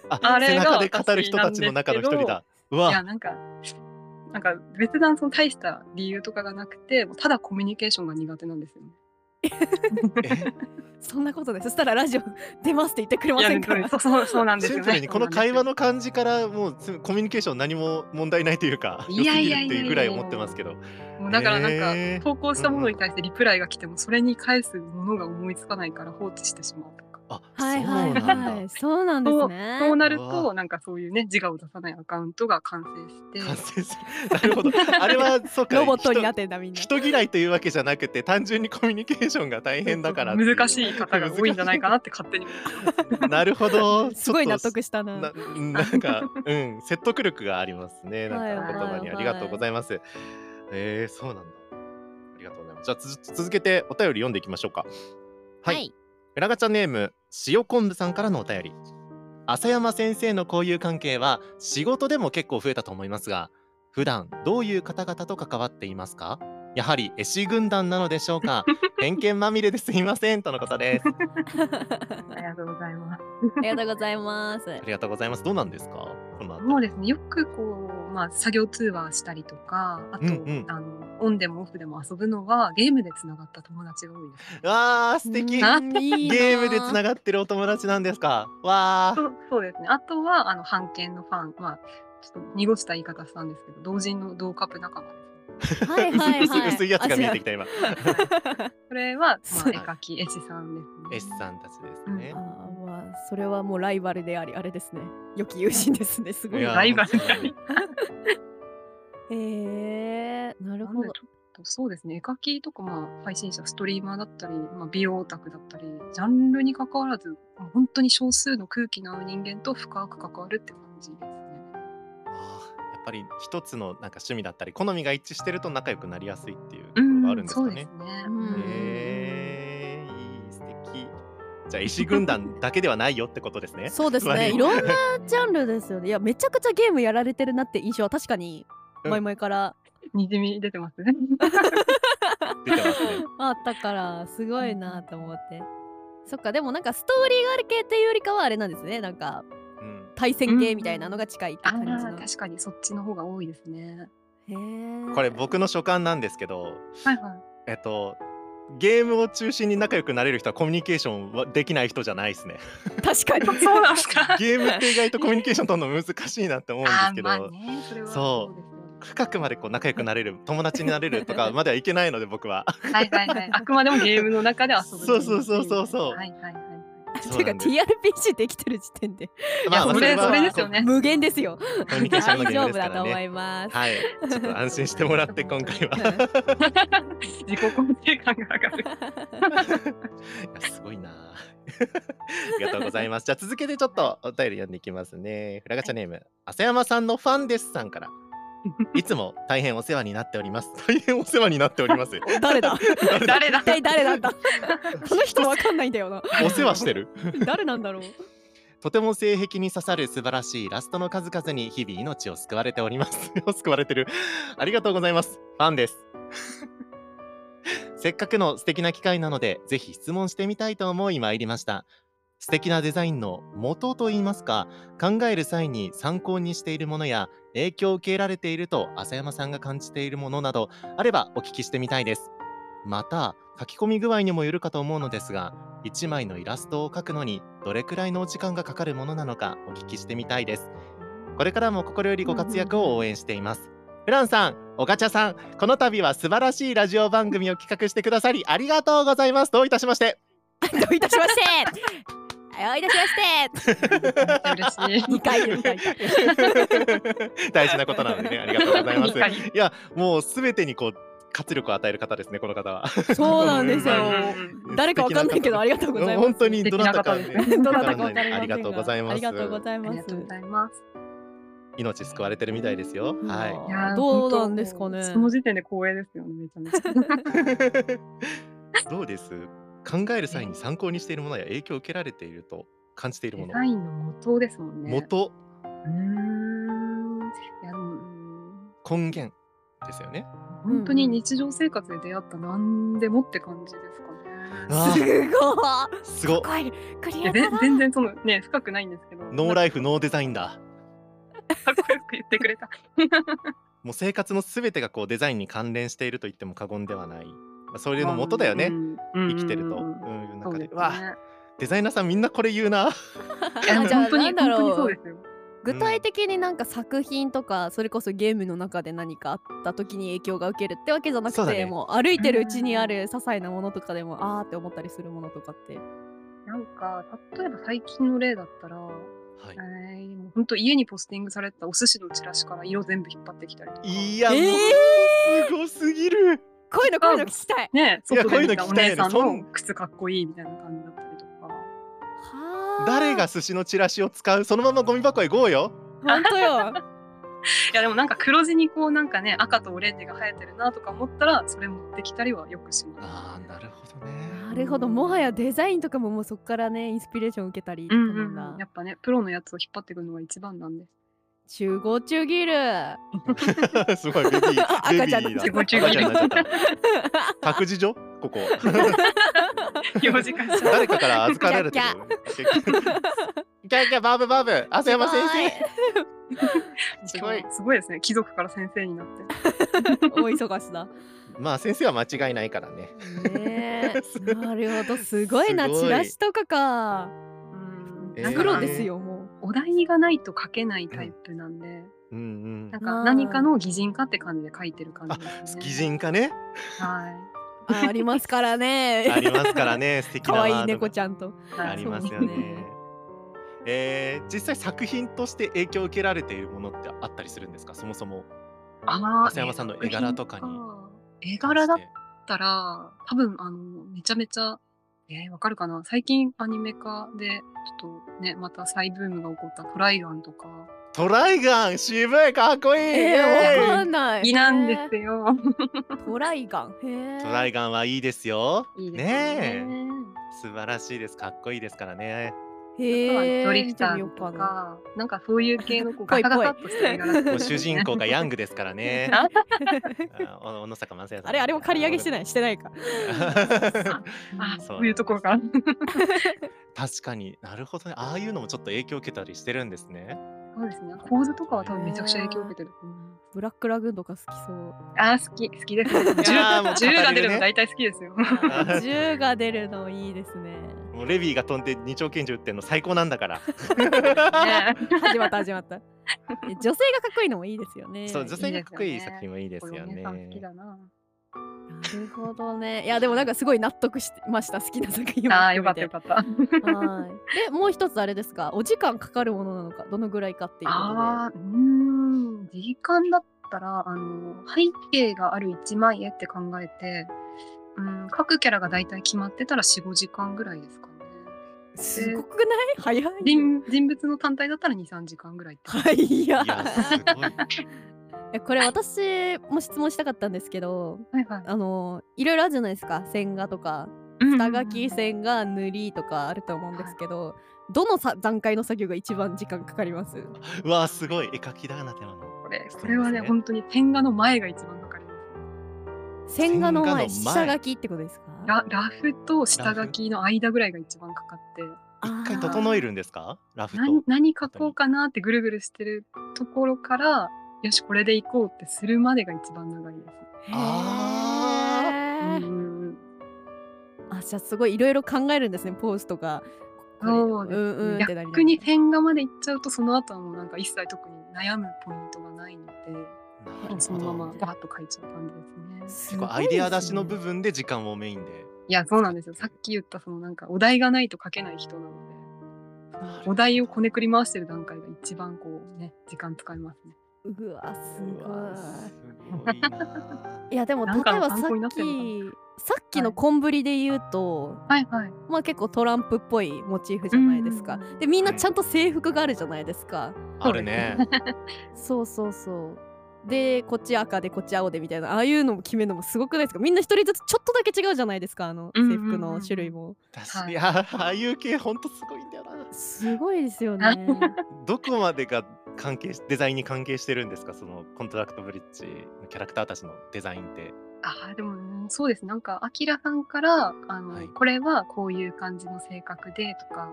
ああれ背が中で語る人たちの中の一人だういやわなんかなんか別段その大した理由とかがなくてもうただコミュニケーションが苦手なんですよね。えそんなことですそしたらラジオ出ますって言ってくれませんからいやそうそうそうなんですシよンね。プルにこの会話のの感じからもうつコミュニケーション何も問題ないというか良すいやいぎるやっいてやいやいうぐらい思ってますけどもうだからなんか、へー投稿したものに対してリプライが来てもそれに返すものが思いつかないから放置してしまうとか。あはいはいそうなんだはいそうなんですねそうなるうわとなんかそういうね自我を出さないアカウントが完成して完成するなるほどあれはそっかロボットになってんだみんな人人嫌いというわけじゃなくて単純にコミュニケーションが大変だからってう難しい方が多いんじゃないかなって勝手に思ってます。 <laughs> なるほどすごいちょ納っと得したなななんか、うん、説得力がありますね。なんか言葉にありがとうございます。えー、そうなんだ。ありがとうございます。じゃあつ続けてお便り読んでいきましょうか。はい。はい浦ガチャネーム塩昆布さんからのお便り。浅山先生の交友関係は仕事でも結構増えたと思いますが、普段どういう方々と関わっていますか？やはり絵師軍団なのでしょうか？偏見まみれですいませんとのことです。ありがとうございます。ありがとうございますありがとうございます。どうなんですか？このあたりもうですねよくこう、まあ、作業通話したりとかあと、うんうんあのオンでもオフでも遊ぶのはゲームでつながった友達が多いですね、 <laughs> わあ素敵。うんいいなゲームでつながってるお友達なんですか。わそうそうですねあとはあの版権のファンまあちょっと濁した言い方したんですけど同人の同株仲間ですはいあ、は <laughs> い薄はい薄いやつが見えてきたた今。これは、まそあ、う絵描き絵師さんですね S さんたちですねあ。ーまあそれはもうライバルでありあれですね良き友人ですねすごいいやライバルであ本りへえなるなんほだどろうちょっとそうですね絵描きとか、まあ、配信者ストリーマーだったり、まあ、美容オタクだったりジャンルに関わらずもう本当に少数の空気の合う人間と深く関わるって感じですねあーやっぱり一つのなんか趣味だったり好みが一致してると仲良くなりやすいっていうとこうろんがあるんですかそうですね。ね。うへんえいい素敵。じゃあ石軍団だけではないよってことですね。そうです割 <laughs> ねといろんなジャンルですよねいやめちゃくちゃゲームやられてるなって印象は確かにうん前々からにじみ出てます。出てますね。あったからすごいなと思ってそっかでもなんかストーリーがある系っていうよりかはあれなんですねなんかうん。対戦系みたいなのが近いって <laughs> ああ感じのー、確かにそっちの方が多いですね。へえこれ僕の所感なんですけど、はいはい。えっと。ゲームを中心に仲良くなれる人はコミュニケーションはできない人じゃないです <laughs> ね。確かに <laughs> そうなんですか。ゲームって意外とコミュニケーション取るの難しいなって思うんですあけど、ーまあね、それはそうそうですよね。深くまでこう仲良くなれる友達になれるとかまではいけないので僕 <laughs> ははいはいはい。あくまでもゲームの中で遊ぶ。そうそうそうそうそうはいはいはい。そ <laughs> てういうかなんです TRPG できてる時点でまあいやまあそれはそれですよね無限ですよコミュニケーション大のゲー丈ムで夫すかだとら思ねいますはいちょっと安心してもらって今回は自己肯定感が上が <laughs> る。いやすごいな <laughs> あありがとうございますじゃあ続けてちょっとお便り読んでいきますねフラガチャネーム浅山さんのファンですさんからいつも大変お世話になっており <laughs> ます。大変お世話になっております。誰だ誰 <laughs> <laughs> だ一体誰なんだ <laughs> この人わかんないんだよなお世話してる。 <laughs> 誰なんだろうとても性癖に刺さる素晴らしいイラストの数々に日々命を救われております。 <laughs> 救われてる。ありがとうございます。ファンです。せっかくの素敵な機会なので、ぜひ質問してみたいと思い参りました。素敵なデザインの元といいますか、考える際に参考にしているものや、影響を受けられていると浅山さんが感じているものなど、あればお聞きしてみたいです。また、書き込み具合にもよるかと思うのですが、1枚のイラストを描くのにどれくらいのお時間がかかるものなのかお聞きしてみたいですこれからも心よりご活躍を応援していますフランさん、おがちゃさん、この度は素晴らしいラジオ番組を企画してくださりありがとうございますどういたしましてどういたしましてどういたしまして嬉しい。二回言う二回言う <laughs> 大事なことなのでねありがとうございます二回いや、もうすべてにこう活力を与える方ですね、この方はそうなんですようんうん <laughs> 誰かわかんないけどありりがとうございます本当にどなたか素敵どなたわかわかりませんがありがとうございますありがとうございあまりがすとうございます。命救われてるみたいですよはいいやーどうなんですかね本当その時点で光栄ですよね、めちゃめ <laughs> ちゃ。どうです考える際に参考にしているものや影響を受けられていると感じているもデのザインの元ですもんね。元うーん。いや、でもうーん根源ですよね本当に日常生活で出会ったなんでもって感じですかね。 <laughs> あすすごいごっこいクいリエやイター全だ全然そのね深くないんですけど。ノーライフノーデザインだかっこよく言ってくれた。もう生活のすべてがこうデザインに関連していると言っても過言ではないまあそれの元だよね生生きてるとううんんいうそう中でですね。わあデザイナーさんみんなこれ言うないやあじゃあ本当になんだろう本当にそうですよ。具体的になんか作品とかそれこそゲームの中で何かあった時に影響が受けるってわけじゃなくそうてだねもう歩いてるうちにある些細なものとかでもあーって思ったりするものとかってなんか例えば最近の例だったら、はいえー、もう本当家にポスティングされてたお寿司のチラシから色全部引っ張ってきたりとか。いや、えーもうすごすぎるこういうのこういうの聞きたいねいや外で見こういうのた聞おきたいよ姉ねさんそのん靴かっこいいみたいな感じだったりとか。はー誰が寿司のチラシを使うそのままゴミ箱へ GO よ本当よいやでもなんか黒地にこうなんかね赤とオレンジが生えてるなとか思ったらそれ持ってきたりはよくします。ああなるほどねなるほどもはやデザインとかももうそこからねインスピレーション受けたりとかうんうなんんだ、うん、やっぱねプロのやつを引っ張ってくるのが一番な <laughs> んです。中合中ギルすごいベビーベ赤ビちゃーんだ自己中切り赤ちゃんになっちゃった託児所ここ幼児化しちゃう誰かから預かられてるキャーキャーバブバブ浅山先生すごいすごいですね貴族から先生になって。大 <laughs> 忙しだまあ先生は間違いないからね <laughs> ねえなるほどすごいなすごいチラシとかかうんえーなんかプロですよもお題がないと書けないタイプなんで、うんなんあーか何かの擬人化って感じで書いてる感じですうんね。擬人化ねはい。うあありますからあねりますからね素敵な可ワード愛い猫ちゃんとはいありますよそうね <laughs> えー、実際作品として影響を受けられているものってあったりするんですかそもそもあー浅山さんの絵柄とかに作品か絵柄だったら多分あのめちゃめちゃえー、わかるかな最近アニメ化でちょっとねまた再ブームが起こったトライガンとかトライガン渋いかっこいい、えイエー、わーイかんないいなんですよ。トライガンへートライガンはいいですよいいですね。ねえ素晴らしいですかっこいいですからねあとはへえドリフタ見てみよーうとかなかなんかそういう系のこ <laughs> ぽうガいタぽいガタっとした絵柄 <laughs> とかもねう主人公がヤングですから <laughs> ねああお小野坂万世さんあれあれも借り上げしてないいしてないか <laughs> そあうそういうところから。 <laughs> 確かになるほどねああいうのもちょっと影響を受けたりしてるんですねそうですね。構図とかは多分めちゃくちゃ影響を受けてると思います。ブラックラグーンとか好きそうあー好き好 <laughs> きです。いやーもう銃銃が語れ出るるねの大体好きですよ。銃が出るのいいですねもうレビーが飛んで二丁拳銃撃ってんの最高なんだからね始まった始まった女性がかっこいいのもいいですよね <laughs> そう女性いがいですよねかっこいい作品もいいですよねお姉さん好きだな。なるほどねいやでもなんかすごい納得しました好きな作品も含めてああーよかったよかった。はい。で、もう一つあれですが、お時間かかるものなのか、どのぐらいかっていうことで。ああうーん時間だったらあの背景がある一枚絵って考えて、うん各キャラが大体決まってたら四五時間ぐらいですかね。すごくない早い。人人物の単体だったら二三時間ぐらいって。早い。いやすごい <laughs> えこれ私も質問したかったんですけどはいはい。あのいろいろあるじゃないですか線画とか下書き線画塗りとかあると思うんですけど、どのさ段階の作業が一番時間かかりますうわあすごい絵描きだな手間のこれそうですねこれはね本当に点画の前が一番かかります。線画の前線画の下前書きってことですかララフと下書きの間ぐらいが一番かかって一回整ええるんですかラフと何何書こうかなってぐるぐるしてるところからよしこれでいこうってするまでが一番長いです。ああうんあじゃあすごいいろいろ考えるんですねポーズとかこれそうですねうんうんってなります逆に点画まで行っちゃうとその後はもうなんか一切特に悩むポイントがないのでなるほどそのままガーッと書いちゃう感じですね。す結ごい構アイデア出しの部分で時間をメインでいやそうなんですよさっき言ったそのなんかお題がないと書けない人なのでお題をこねくり回してる段階が一番こうね時間使いますね。うわすうわごいすごい <laughs> ないやでも例なえんかばさ参考になっってるのかきさっきのコンブリで言うと、はいはい。まあ結構トランプっぽいモチーフじゃないですかうんうんうんでみんなちゃんと制服があるじゃないですかあるねそうそうそうでこっち赤でこっち青でみたいなああいうのも決めるのもすごくないですかみんな一人ずつちょっとだけ違うじゃないですかあのうんうんう制ん服の種類も確かにあああいう系ほんとすごいんだよなすごいですよね <laughs> どこまでが関係しデザインに関係してるんですかそのコントラクトブリッジのキャラクターたちのデザインってああでも、うんそうですなんかアキラさんからあの、はいこれはこういう感じの性格でとか、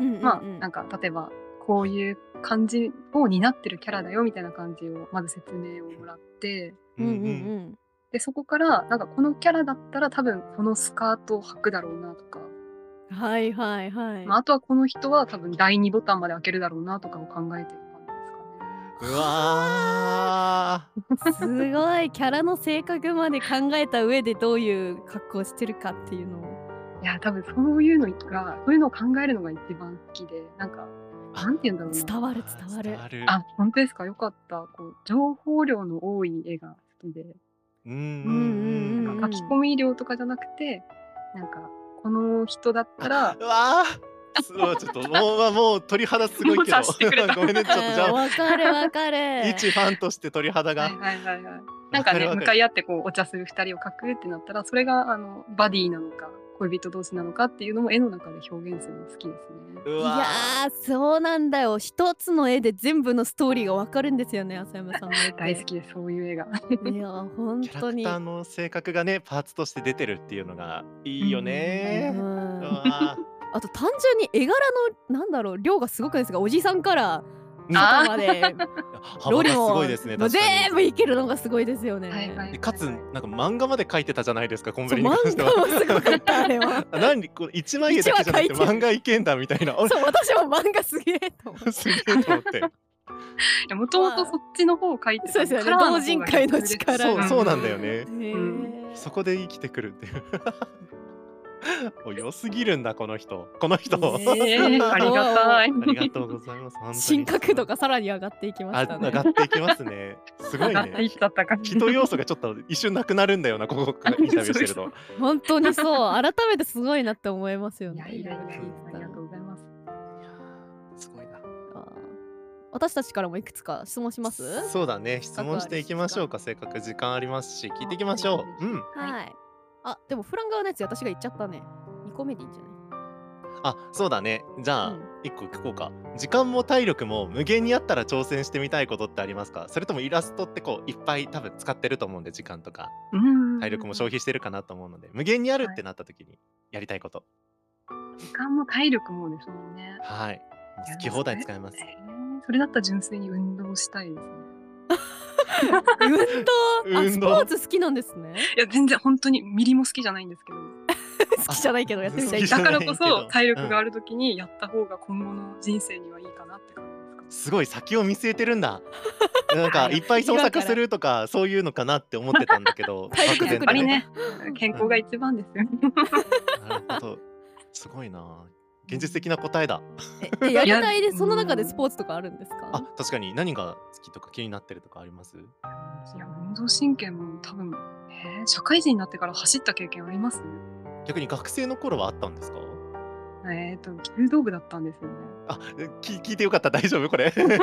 うんうんうんまあなんか例えばこういう感じを担ってるキャラだよみたいな感じをまず説明をもらってうんうんうんんでそこからなんかこのキャラだったら多分このスカートを履くだろうなとか、はいはいはい、まあ、あとはこの人は多分第2ボタンまで開けるだろうなとかを考えてる感じですかね。うわーすごいキャラの性格まで考えた上でどういう格好をしてるかっていうのをいや多分そういうのがそういうのを考えるのが一番好きでなんかなんて言うんだろうな。伝わる伝わるるあ、本当ですか。よかった。こう情報量の多い絵が好きで、うんうんううんんううんん書き込み量とかじゃなくて、なんかこの人だったら、うわーすごいちょっともうまあもう鳥肌すごいけどもう察してくれ <laughs> たごめんねちょっとじうんゃわかるわかある <laughs> 一ファンとして鳥肌はいがはいはいはい。なんかねわ向るわかい合ってこうお茶する二人を描くってなったら、それがあのバディなのか恋人同士なのかっていうのも絵の中で表現するの好きですね。るういわやーそうなんだよ一つの絵で全部のストーリーがわかるんですよね浅山さんの絵って大好きですそういう絵が。いやー本キャ当ラクにターの性格がねパーツとして出てるっていうのがいいよねう。んうわあと単純に絵柄のなんだろう量がすごくないですかおじさんからあー肩まで <laughs> 幅ロがリすもごいですね。もう確かに全部いけるのがすごいですよね、はいはいでかつなんか漫画まで書いてたじゃないですかコンそビうニに漫関して画もは。 <laughs> すごかったあれは何これ一枚絵だけじゃなくて一話書いて漫る画いけんだみたいな。あれそう私も漫画すげえと思っ <laughs> てすげえと思って。もともとそっちの方を描いてそうですよねカラーの方が同人会の力そがうそうなんだよね。へえうんそこで生きてくるっていう。お良すぎるんだこの人この人。ねえー <laughs> ありが <laughs> たい。ありがとうございます。本当に新角度がさらに上がっていきまあしたね上がっていきますね。す <laughs> ごいなんか言ねっ。ちゃった感 <laughs> じ。人要素がちょっと一瞬なくなるんだよなここ <laughs> からインタビューしてると。本当にそう <laughs> 改めてすごいなって思いますよいねやいやいやろろ聞ありてたがらとうございます。すごいな。あー私たちからもいくつか質問しますそうだね質問していきましょうかせっかく時間ありますし聞いていきましょう。うん。はいあでもフラン側のやつ私が言っちゃったね2個目でいいんじゃないあそうだねじゃあ、うん一個聞こうか時間も体力も無限にあったら挑戦してみたいことってありますかそれともイラストってこういっぱい多分使ってると思うんで時間とかうん体力も消費してるかなと思うので無限にあるってなった時にやりたいこと時間も体力もですもんね。はいいや好き放題使えますえーそれだったら純粋に運動したいですね。 <laughs> 運動あ運動スポーツ好きなんですねいや全然本当にミリも好きじゃないんですけど、好きじゃないけどやってみたい好きじゃだないからこけどそ体力があうんるときにやった方が今後の人生にはいいかなって感じですすごい先を見据えてるんだなんかいっぱい創今か作らするとかそういうのかなって思ってたんだけ <laughs> ど体力か。漠や然っぱとりね健康が一番ですよね。 <laughs> なるほどすごいな現実的な答えだ <laughs> えやりたいいでやその中でスポーツとかあるんですかあ確かに何が好きとか気になってるとかありますいや運動神経も多分、えー社会人になってから走った経験あります、逆に学生の頃はあったんですかえっ、と弓道部だったんですよね。あき聞いてよかった大丈夫これ <laughs> 踏み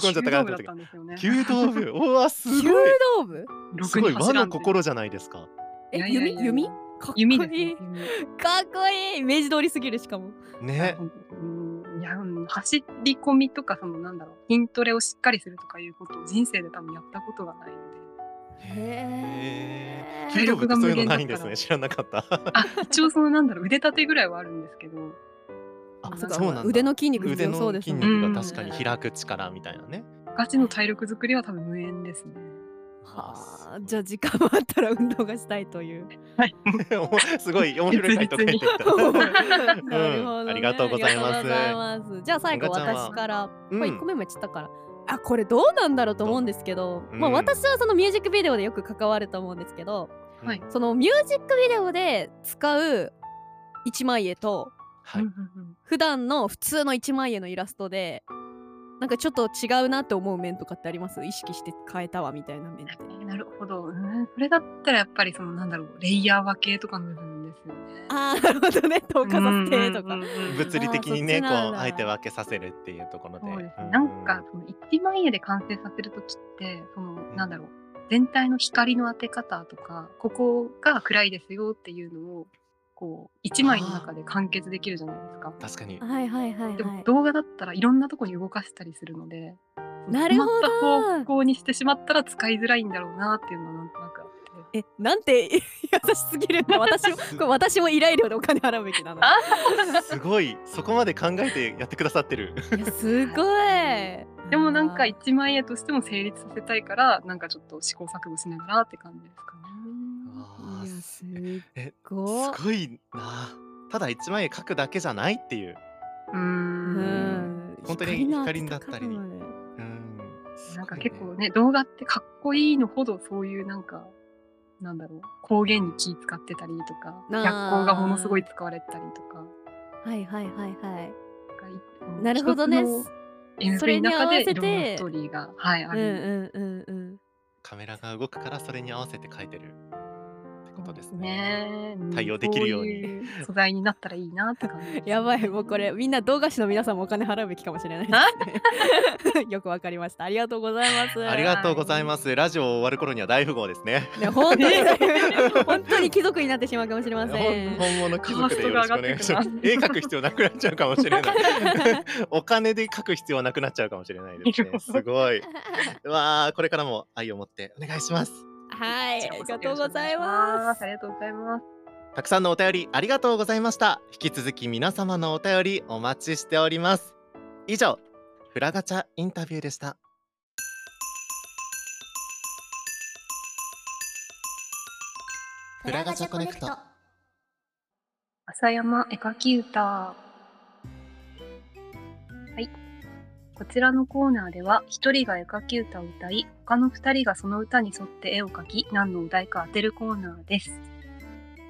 込んじゃったかなと思ったけどんですよね弓道部うわす弓ごい道部すごい和の心じゃないですかえいやいやいやいや弓弓かっこいい弓ですね弓かっこいいイメージ通りすぎるしかもねうんいやうん走り込みとかそのなんだろう筋トレをしっかりするとかいうことを人生で多分やったことがないのでへ弓ー道部ってそういうのないんです体力が無限だかねら知らなかったあ一応そのなんだろう腕立てぐらいはあるんですけどあそそううかなんだ腕の筋肉腕強のそうです筋もん肉が確かに開く力みたいな <laughs> ね <laughs> ガチの体力作りは多分無縁ですね。はあじゃあ時間もあったら運動がしたいという。すごい面白い回答返ってき <laughs> たなるほどねありがとうございますありがとうございますじゃあ最後ガチャは私から、うんまあ1個目も言っちゃったから。あこれどうなんだろうと思うんですけど、うんまあ、私はそのミュージックビデオでよく関わると思うんですけど、はいそのミュージックビデオで使う一枚絵とはいうんうんうん普段の普通の一枚絵のイラストでなんかちょっと違うなって思う面とかってあります意識して変えたわみたいな面って。えーなるほど。うんこれだったらやっぱりそのなんだろうレイヤー分けとかの部分ですよね。あーなるほどね透過させてとかうんうんうんうん物理的にあねーそこうっちなんだあえて分けさせるっていうところでそうですうね。んなんかその一枚絵で完成させるときってそのんなんだろう全体の光の当て方とかここが暗いですよっていうのをこう一枚の中で完結できるじゃないですか。確かにはいはいはいではもい。動画だったらいろんなとこに動かしたりするので、なるほど止まった方向にしてしまったら使いづらいんだろうなっていうのはなんとなくあって。えなんて <laughs> 優しすぎるんだ私もこれ私も依頼料でお金払うべきなのあすごいそこまで考えてやってくださってるいやすごいでもなんか一枚絵としても成立させたいからなんかちょっと試行錯誤しながらって感じですかね。あいやーすすっえごいすごいなただ一枚絵描くだけじゃないっていううー。うんん本当に光だったり光の当て方までうんなんか結構ね動画ってかっこいいのほどそういうなんかなんだろう光源に気使ってたりとかあー逆光がものすごい使われたりとか。はいはいはいはいなんかいうんなるほどね一つの MV それにの中合わせてでいろんなストーリーが、はい、あうんる。うんうんうん。カメラが動くからそれに合わせて描いてるってことですねねえ対応できるようにこいう素材になったらいいなって感じですやばいもうこれみんな動画師の皆さんもお金払うべきかもしれないですね <laughs> よくわかりましたありがとうございますありがとうございますラジオ終わる頃には大富豪ですねね本当に本当に貴族になってしまうかもしれません本本物貴族でよろしくお願いしカーますストが上がっ絵描くてくな必要なくなっちゃうかもしれない <laughs> お金で描く必要はなくなっちゃうかもしれないですねすごいうわあこれからも愛を持ってお願いします <laughs> はい、ありこちがらこそとうございよろしくお願しまますす。あ。りがとうございます。たくさんのお便りありがとうございました引き続き皆様のお便りお待ちしております以上フラガチャインタビューでしたフラガチャコネクト浅山絵描き歌。はい。こちらのコーナーでは、一人が絵描き歌を歌い、他の二人がその歌に沿って絵を描き、何のお題か当てるコーナーです。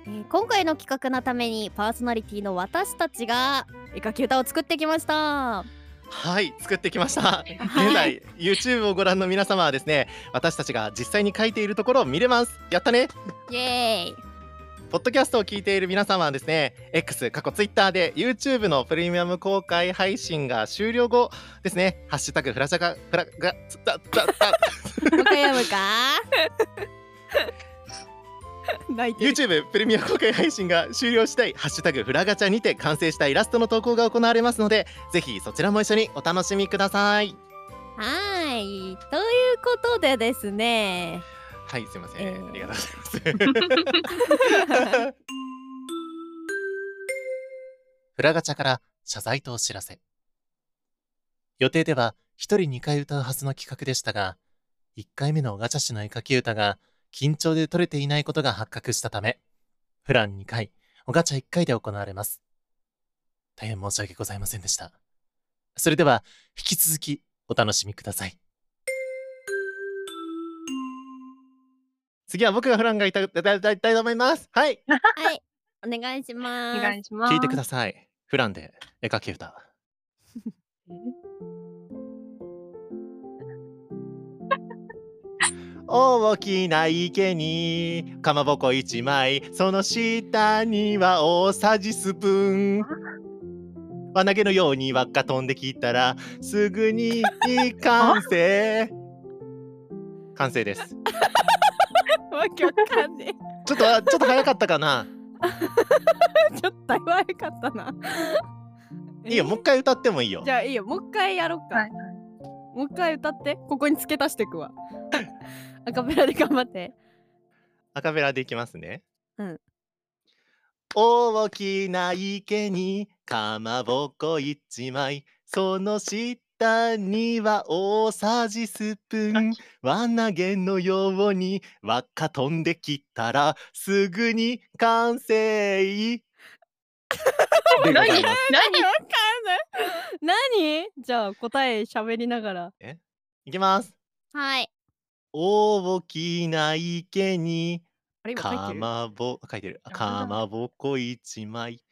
えー今回の企画のためにパーソナリティの私たちが絵描き歌を作ってきました。はい作ってきましたえ現在 YouTube をご覧の皆様はですね私たちが実際に書いているところを見れますやったねイエーイ。ポッドキャストを聞いている皆様はですね X 過去 Twitter で YouTube のプレミアム公開配信が終了後ですねハッシュタグフラジャガフラガつたたた岡山 <laughs> か。泣いてる。 <laughs> YouTube プレミアム公開配信が終了したいハッシュタグフラガチャにて完成したイラストの投稿が行われますのでぜひそちらも一緒にお楽しみくださいはーい、ということでですね。はいすいません、えーありがとうございます <laughs> フラガチャから謝罪とお知らせ予定では一人2回歌うはずの企画でしたが1回目のガチャ氏の絵描き歌が緊張で取れていないことが発覚したためプラン2回おガチャ1回で行われます大変申し訳ございませんでしたそれでは引き続きお楽しみください次は僕がフランがいただいたいと思いますはいはい、お願いしまおす。願いします。聞いてください。フランで絵描き歌。 <laughs> 大きな池にかまぼこ一枚その下には大さじスプーン輪投げのように輪っか飛んできたらすぐに完成完成です <laughs> わけわかんねえ。ちょっとあちょっと早かったかな <laughs> ちょっとだいぶ早かったな。いいよもう一回歌ってもいいよじゃあいいよ、もう一回やろうか。はいもう一回歌って、ここに付け足していく <laughs> わ。アカペラで頑張って。アカペラでいきますね。うん大きな池にかまぼこ一枚、その下には大さじスプーン。輪投げのように輪っか飛んできたら、すぐに完 <laughs> 成。でございまわかす。何んない。何じゃあ答え喋りながら。いきます。はい。大きな池にあれ今書いかてるまぼ書いてるあかまぼこ一枚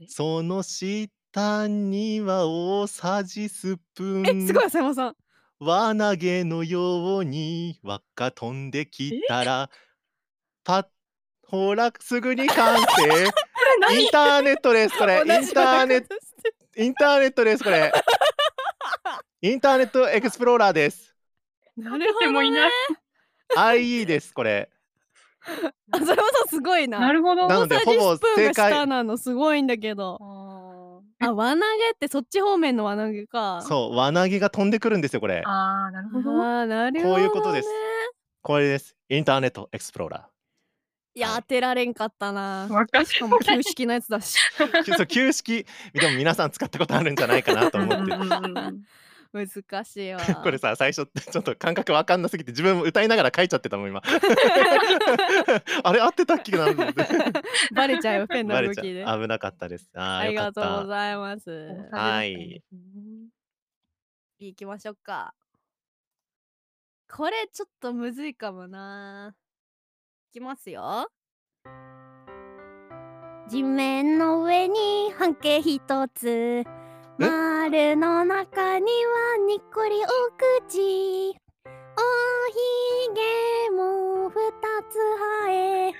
えその下には大さじスプーえ、ンすごい、浅山さん。輪投げのように輪っか飛んできたらパッほらすぐ <laughs> に完成インターネットですこれイ同ンじようなターネッことしてトインターネットです <laughs> これインターネットエクスプローラーですなるほでもど、いね。ない。 IE ですこれ浅山さん、すごいな。なるほなど。大のでさじほぼスプーン正が解下なのすごいんだけど。ああ、輪投げってそっち方面の輪投げか。う。そう輪投げが飛んでくるんですよこれあー、なるほど。あーなるほど、ね。こういうことですこれですインターネットエクスプローラーいや、当てられんかったな。わかんしかも旧式のやつだし。き <laughs> そう旧式でも皆さん使ったことあるんじゃないかなと思って難しいわ。 <laughs> これさ最初ってちょっと感覚わかんなすぎて自分も歌いながら書いちゃってたも <laughs> ん今あれ合ってたっけなバレちゃうよ、ペンのバレ動ちゃきうで。危なかったですああーりよかがっとうごたざいます。はい。行きましょうか。これちょっとむずいかもな。いきますよ。地面の上に半径一つ丸の中にはにっこりお口おひげも二つ生え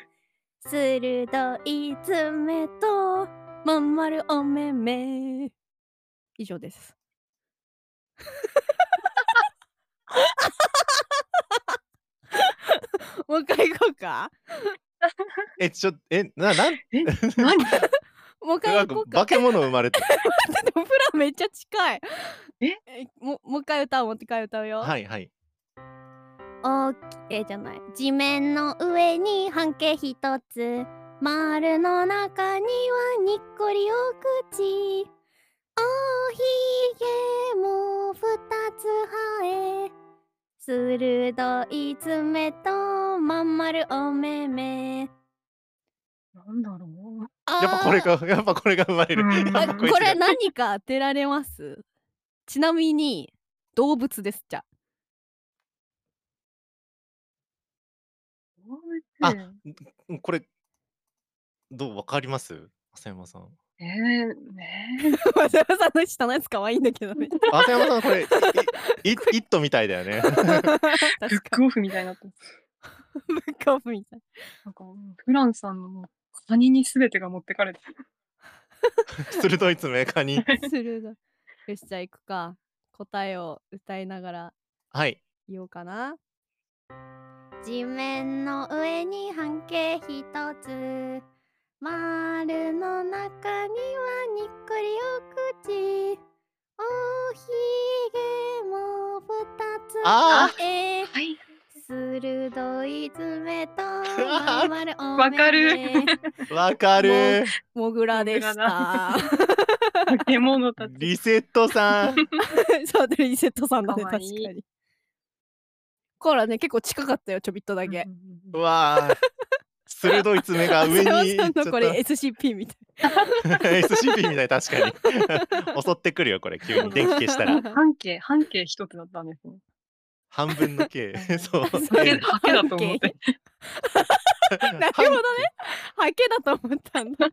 鋭い爪とまんまるおめめ。以上です。もう一回行こうか。えちょえななんえ、 <laughs> 何もう一回なんか行こうか。化け物生まれ <laughs> てでもフラめっちゃ近い。えもうもう一回歌う、もう一回歌うよ。はいはいおきえじゃない地面の上に半径一つ丸の中にはにっこりお口おひげも二つ生え鋭い爪とまん丸お目目なんだろあーやっぱこれかやっぱこれが生まれるうんやっぱあ <laughs> ここいつがれ何か当てられますちなみに動物ですじゃ <laughs> う。あうんこれどうわかります浅山さんえー、ねあ松山さんの下のやつ可愛いんだけど <laughs> ね浅山さんこれいイッイットみたいだよね <laughs> 確かえ、ブックオフみたいになってるブックオフみたいなんか、うんフランさんのもうカニにすべてが持ってかれてる。鋭い爪カニ鋭いよしじゃあ行くか答えを歌いながらはい言おうかな地面の上に半径一つ丸の中にはにっこりお口おひげもあ二つえはい。鋭い爪とわまんまるお目々わかるわかるモグラでしモグラた化け物たち。リセットさん <laughs> そうでリセットさんだね可確か愛いにコーラね結構近かったよちょびっとだけうわあ鋭い爪が上松に山行さっんちゃのったこ <laughs> れ SCP みたい SCP みたい確かに <laughs> 襲ってくるよこれ急に電気消した <laughs> ら半径、半径一つだったんですね。半分の <laughs> K そう <laughs> そうハいケうハケだと思って。なるほどねハケだと思ったんだ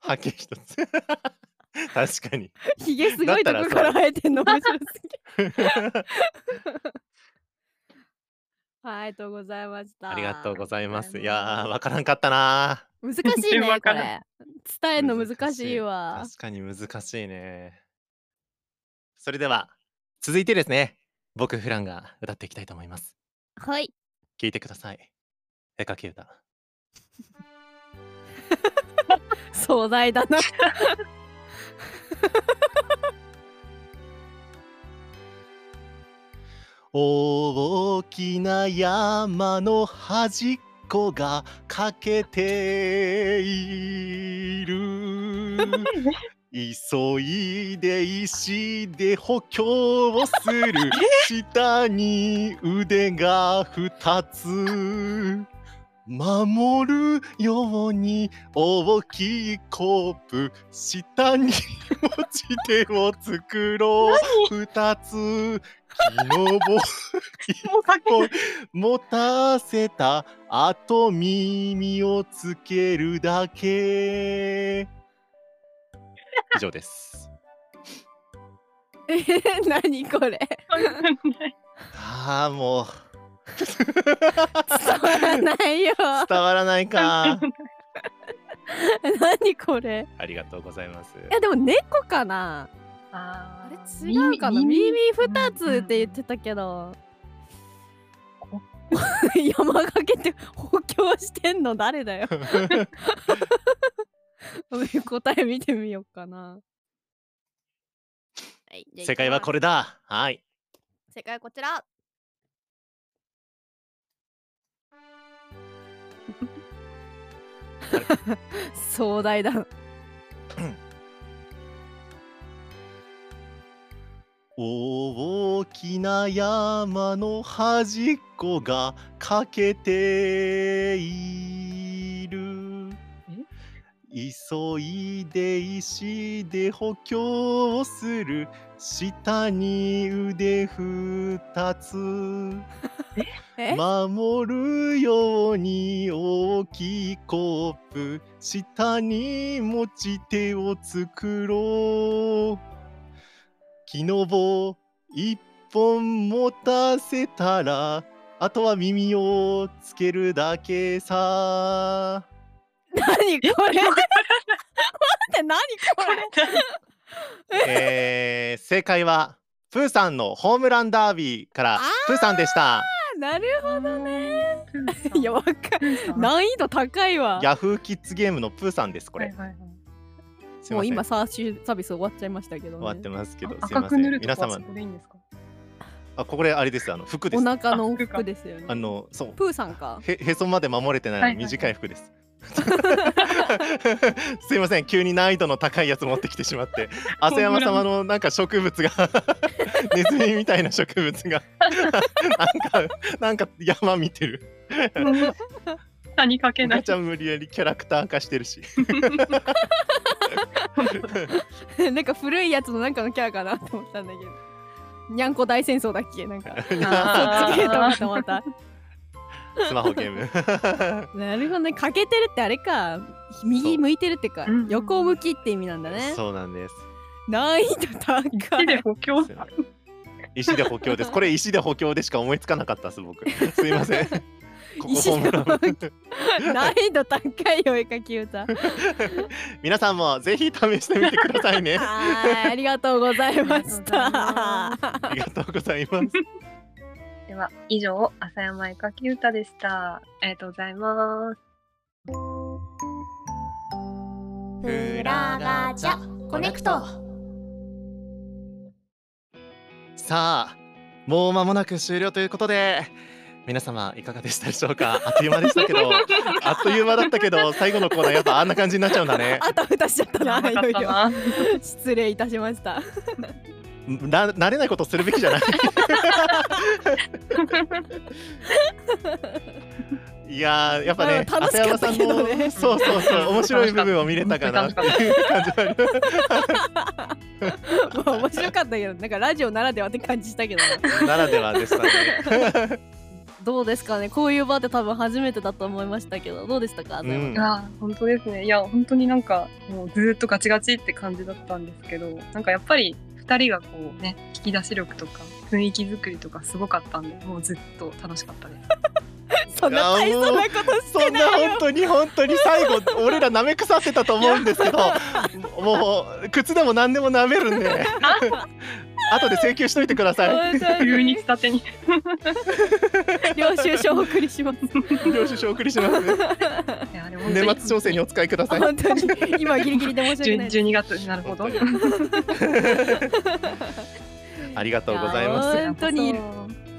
ハケ一つ確か <laughs> にひげすごいとこから生えてんの面白すぎる。はい、ありがとうございました。ありがとうございます。いあやー、わからんかったなりがとうございます難しい全然ね、わこかられ。伝えるの難しいーわ。確かに難しいね。それでは、続いてですね、僕フランが歌っていきたいと思います。はい。聞いてください。絵描き歌。壮大だな。大きな山の端っこが欠けている急いで石で補強をする下に腕が二つ守るように大きいコープ下に持ち手を作ろう二つ木の棒もうか <laughs> けを持たせた後耳をつけるだけ以上ですえー <laughs> 何これ。ない。ああもう伝わらないよ。伝わらないか何これ。 <laughs> ありがとうございます <laughs> いや、でも猫かな。ああれー違うかな耳耳二つって言ってたけど <laughs> こ山がけて補強してんの誰 <laughs> だよ答え見てみようかなはいじゃあ世界はこれだはい行きます世界はこちら <laughs> 壮大だ大きな山の端っこが欠けている急いで石で補強をする下に腕二つえ守るように大きいコープ下に持ち手を作ろう木の棒一本持たせたらあとは耳をつけるだけさ何これ待って何これえー、正解はプーさんのホームランダービーからあプーさんでしたなるほどねうんいやわかうん難易度高いわヤフーキッズゲームのプーさんですこはいれはいはいすいまもうせん今サーチサービス終わっちゃいましたけど、ね、終わってますけどあすいま赤せくん塗ると皆か様そこでいいんですかあこれあれですあの服でおす腹のあ服か服ですよねあのそうプーさんか <laughs> へへそまで守れてないのはいにはいはい短い服です。 <laughs> すいません急に難易度の高いやつ持ってきてしまって <laughs> 浅山様のなんか植物がネズミみたいな植物がなんかなんか山見てる <laughs> 何かおけな母いち。ゃん無理やりキャラクター化してる <laughs> しなんか古いやつのなんかのキャラかなって思ったんだけどにゃんこ大戦争だっけな <laughs> んかあーそっち系と思ったまたスマホゲームなるほどね欠けてるってあれかそう右向いてるってかうん横向きって意味なんだねそうなんです難易 <laughs> 度高手いで補強。すいません <laughs> 石で補強ですこれ石で補強でしか思いつかなかったです僕すい <laughs> ませんここ石でホームラン補難易度高いよ絵描き歌は皆さんもぜひ試してみてくださ <laughs> いねーいありがとうございましあ <laughs> たありがとうございます。では以上浅山絵描き歌でした。ありがとうございます。フラガチャコネクトさあ、もう間もなく終了ということで、皆様いかがでしたでしょうか。あっという間でした <laughs> けど、あっという間だったけど、最後のコーナーやっぱあんな感じになっちゃうんだね。あたふたしちゃったな、いよよいいよ。よ。失礼いたしました。な慣れないことするべきじゃ <laughs> ない。いやーやっぱね、まあ楽しかったけどね浅山さんのそうそうそう面白い部分を見れたかなっていう感じはある。ま <laughs> あ面白かったけど、なんかラジオならではって感じしたけどね、ならではでしたね。どうですかね、こういう場って多分初めてだと思いましたけど、どうでしたうか、浅山んあー本当ですねいや本当になんかもうずーっとガチガチって感じだったんですけどなんかやっぱり2人がこうね引き出し力とか雰囲気作りとかすごかったんでもうずっと楽しかった <laughs> です。 <laughs> そんな大層なことしそてんなない本よ当に本当に最後俺ら舐め腐ってたと思うん <laughs> ですけどもう靴でも何でも舐めるん <laughs> で後で請求しといてください本 <laughs> 当急にに下手に領収書をお送りします領収書お送りしますいやでも本当年に末調整 <laughs> にお使いください本当に今ギリギリで申し訳ない12です12月なるほど。 <laughs> 本当にありがとうございます本当に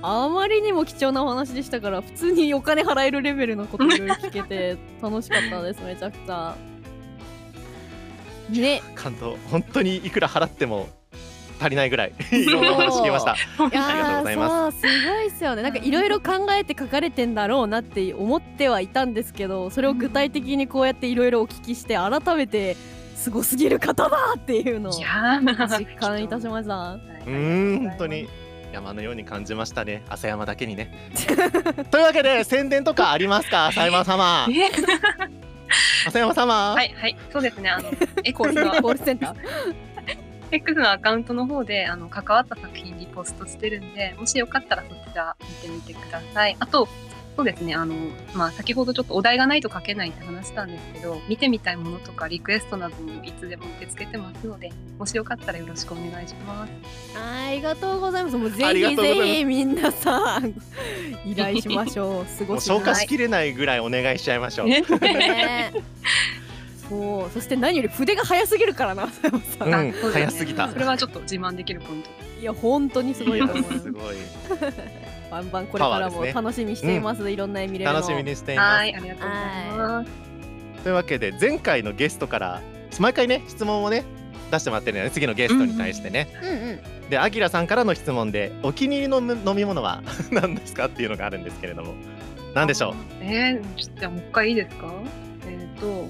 あまりにも貴重なお話でしたから普通にお金払えるレベルのこといろいろ聞 <laughs> けて楽しかったですめちゃくちゃね感動本当にいくら払っても足りないぐらいいろんなお話聞けましたいやーありがとうございまそうすごいですよねなんかいろいろ考えて書かれてんだろうなって思ってはいたんですけどそれを具体的にこうやっていろいろお聞きして改めてすごすぎる方だっていうのを <laughs> い実やー感いたし <laughs> ましたうーん本当に山のように感じましたね朝山だけにね <laughs> というわけで宣伝とかありますか朝山様え朝山様はいはいそうです <laughs> ねあのコ X のールセンター X のアカウントの方であの関わった作品リポストしてるんでもしよかったらそちら見てみてくださいあとそうですねあの、まあ、先ほどちょっとお題がないと書けないって話したんですけど見てみたいものとかリクエストなどもいつでも受け付けてますのでもしよかったらよろしくお願いしますありがとうございますもうぜありがとひうございぜますひみんなさ依頼しましょうすもうごすぎ消る化しきれないぐらいお願いしちゃいまし <laughs> ょう。ねねそうそして何より筆が早すぎるからな佐山さ、うんん、そうだよ早ねすぎた。それはちょっと自慢できるポイントいや本当にすごいと思いま <laughs> すすごい。バンバンこれからも楽しみにしています、いろんなエミレの楽しみにしていまはいありがとうございますす。というわけで、前回のゲストから、毎回ね、質問をね、出してもらってるのよね、次のゲストに対してね。うんうんで、あきらさんからの質問で、お気に入りの飲み物は <laughs> 何ですかっていうのがあるんですけれども。何でしょう。えー、ちょっとじゃあもう一回いいですかえっ、と、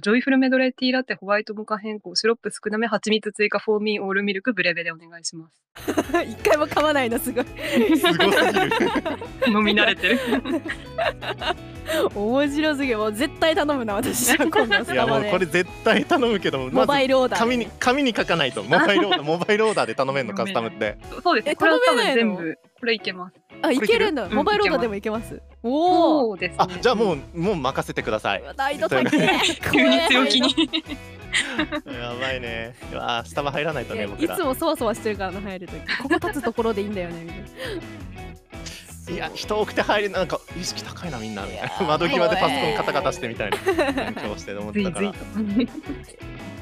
ジョイフルメドレーティーラテホワイトモカ変更、シロップ少なめ、蜂蜜追加、フォーミーオールミルク、ブレベでお願いします。一回も噛まないのすごいすごすぎ <laughs> る。飲み慣れてる。面白すぎるもう絶対頼むな私じゃあ今度 <laughs> スいや、タもバうでこれ絶対頼むけど、 <laughs> モまバずイルオーダー紙に、紙に書かないと、モバイルオーダー、<laughs> モバイルオーダーで頼めんの、カスタムって。 <laughs> そうですね。えこれは多分頼めないの全部、これいけます。あいけるんだうんモバイルオーダーでもいけますおおうですねあ、じゃあ、もう、もう任せてください。難易度高い急に強気に。やばいね。うわー、スタバ入らないといね、や僕いらつ。もそわそわしてるからな入るときここ立つところでいいんだよねみたいないや人多くて入れなんか意識高いなみんなみたいいなや窓際でパソコンカタカタしてみたいな勉強して思っずい <laughs> たかずいらと。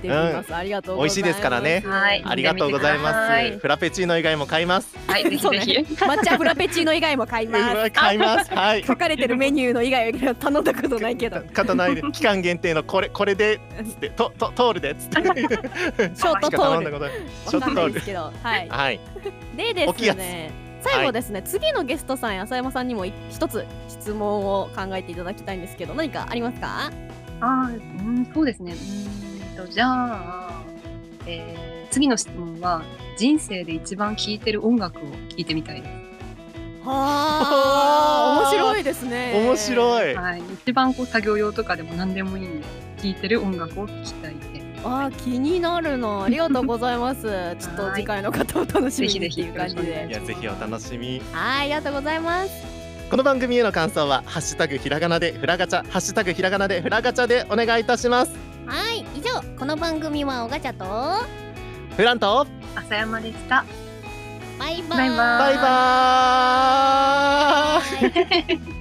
できます、ありがとうご美ざいます味しいですからねはい <laughs> ありがとうございはまいすフラペチーノ以外も買いますはい、ぜひそうぜねひ。抹茶フラペチーノ以外も買いう <laughs> ますわ買いますはい書かれてるメニューの以外は頼んだことない <laughs> けど肩ない <laughs> で期間限定のこれこれでつってとと通るで <laughs> つってショートしか頼んだ通ることないショーわかトんない通でるすけどはいはいで大きいですやね最後ですね、次のゲストさん浅山さんにもい一つ質問を考えていただきたいんですけど何かありますかあーうん、そうですね。うーんと、じゃあ、えー次の質問は、人生で一番聴いてる音楽を聴いてみたいです。は <laughs> 面ー白いですね面白いいはい、一番こう作業用とかでも何でもいいんで聴いてる音楽を聴きたいです。あー気になるなありがとうございます <laughs> ちょっと次回の方を楽しみにっていう感じぜひぜひでよろしくお願いやぜひお楽しみはいありがとうございますこの番組への感想はハッシュタグひらがなでフラガチャハッシュタグひらがなでフラガチャでお願いいたしますはい以上この番組はおがちゃとフランと朝山でした。バイバーイバイバーイバイバーイイ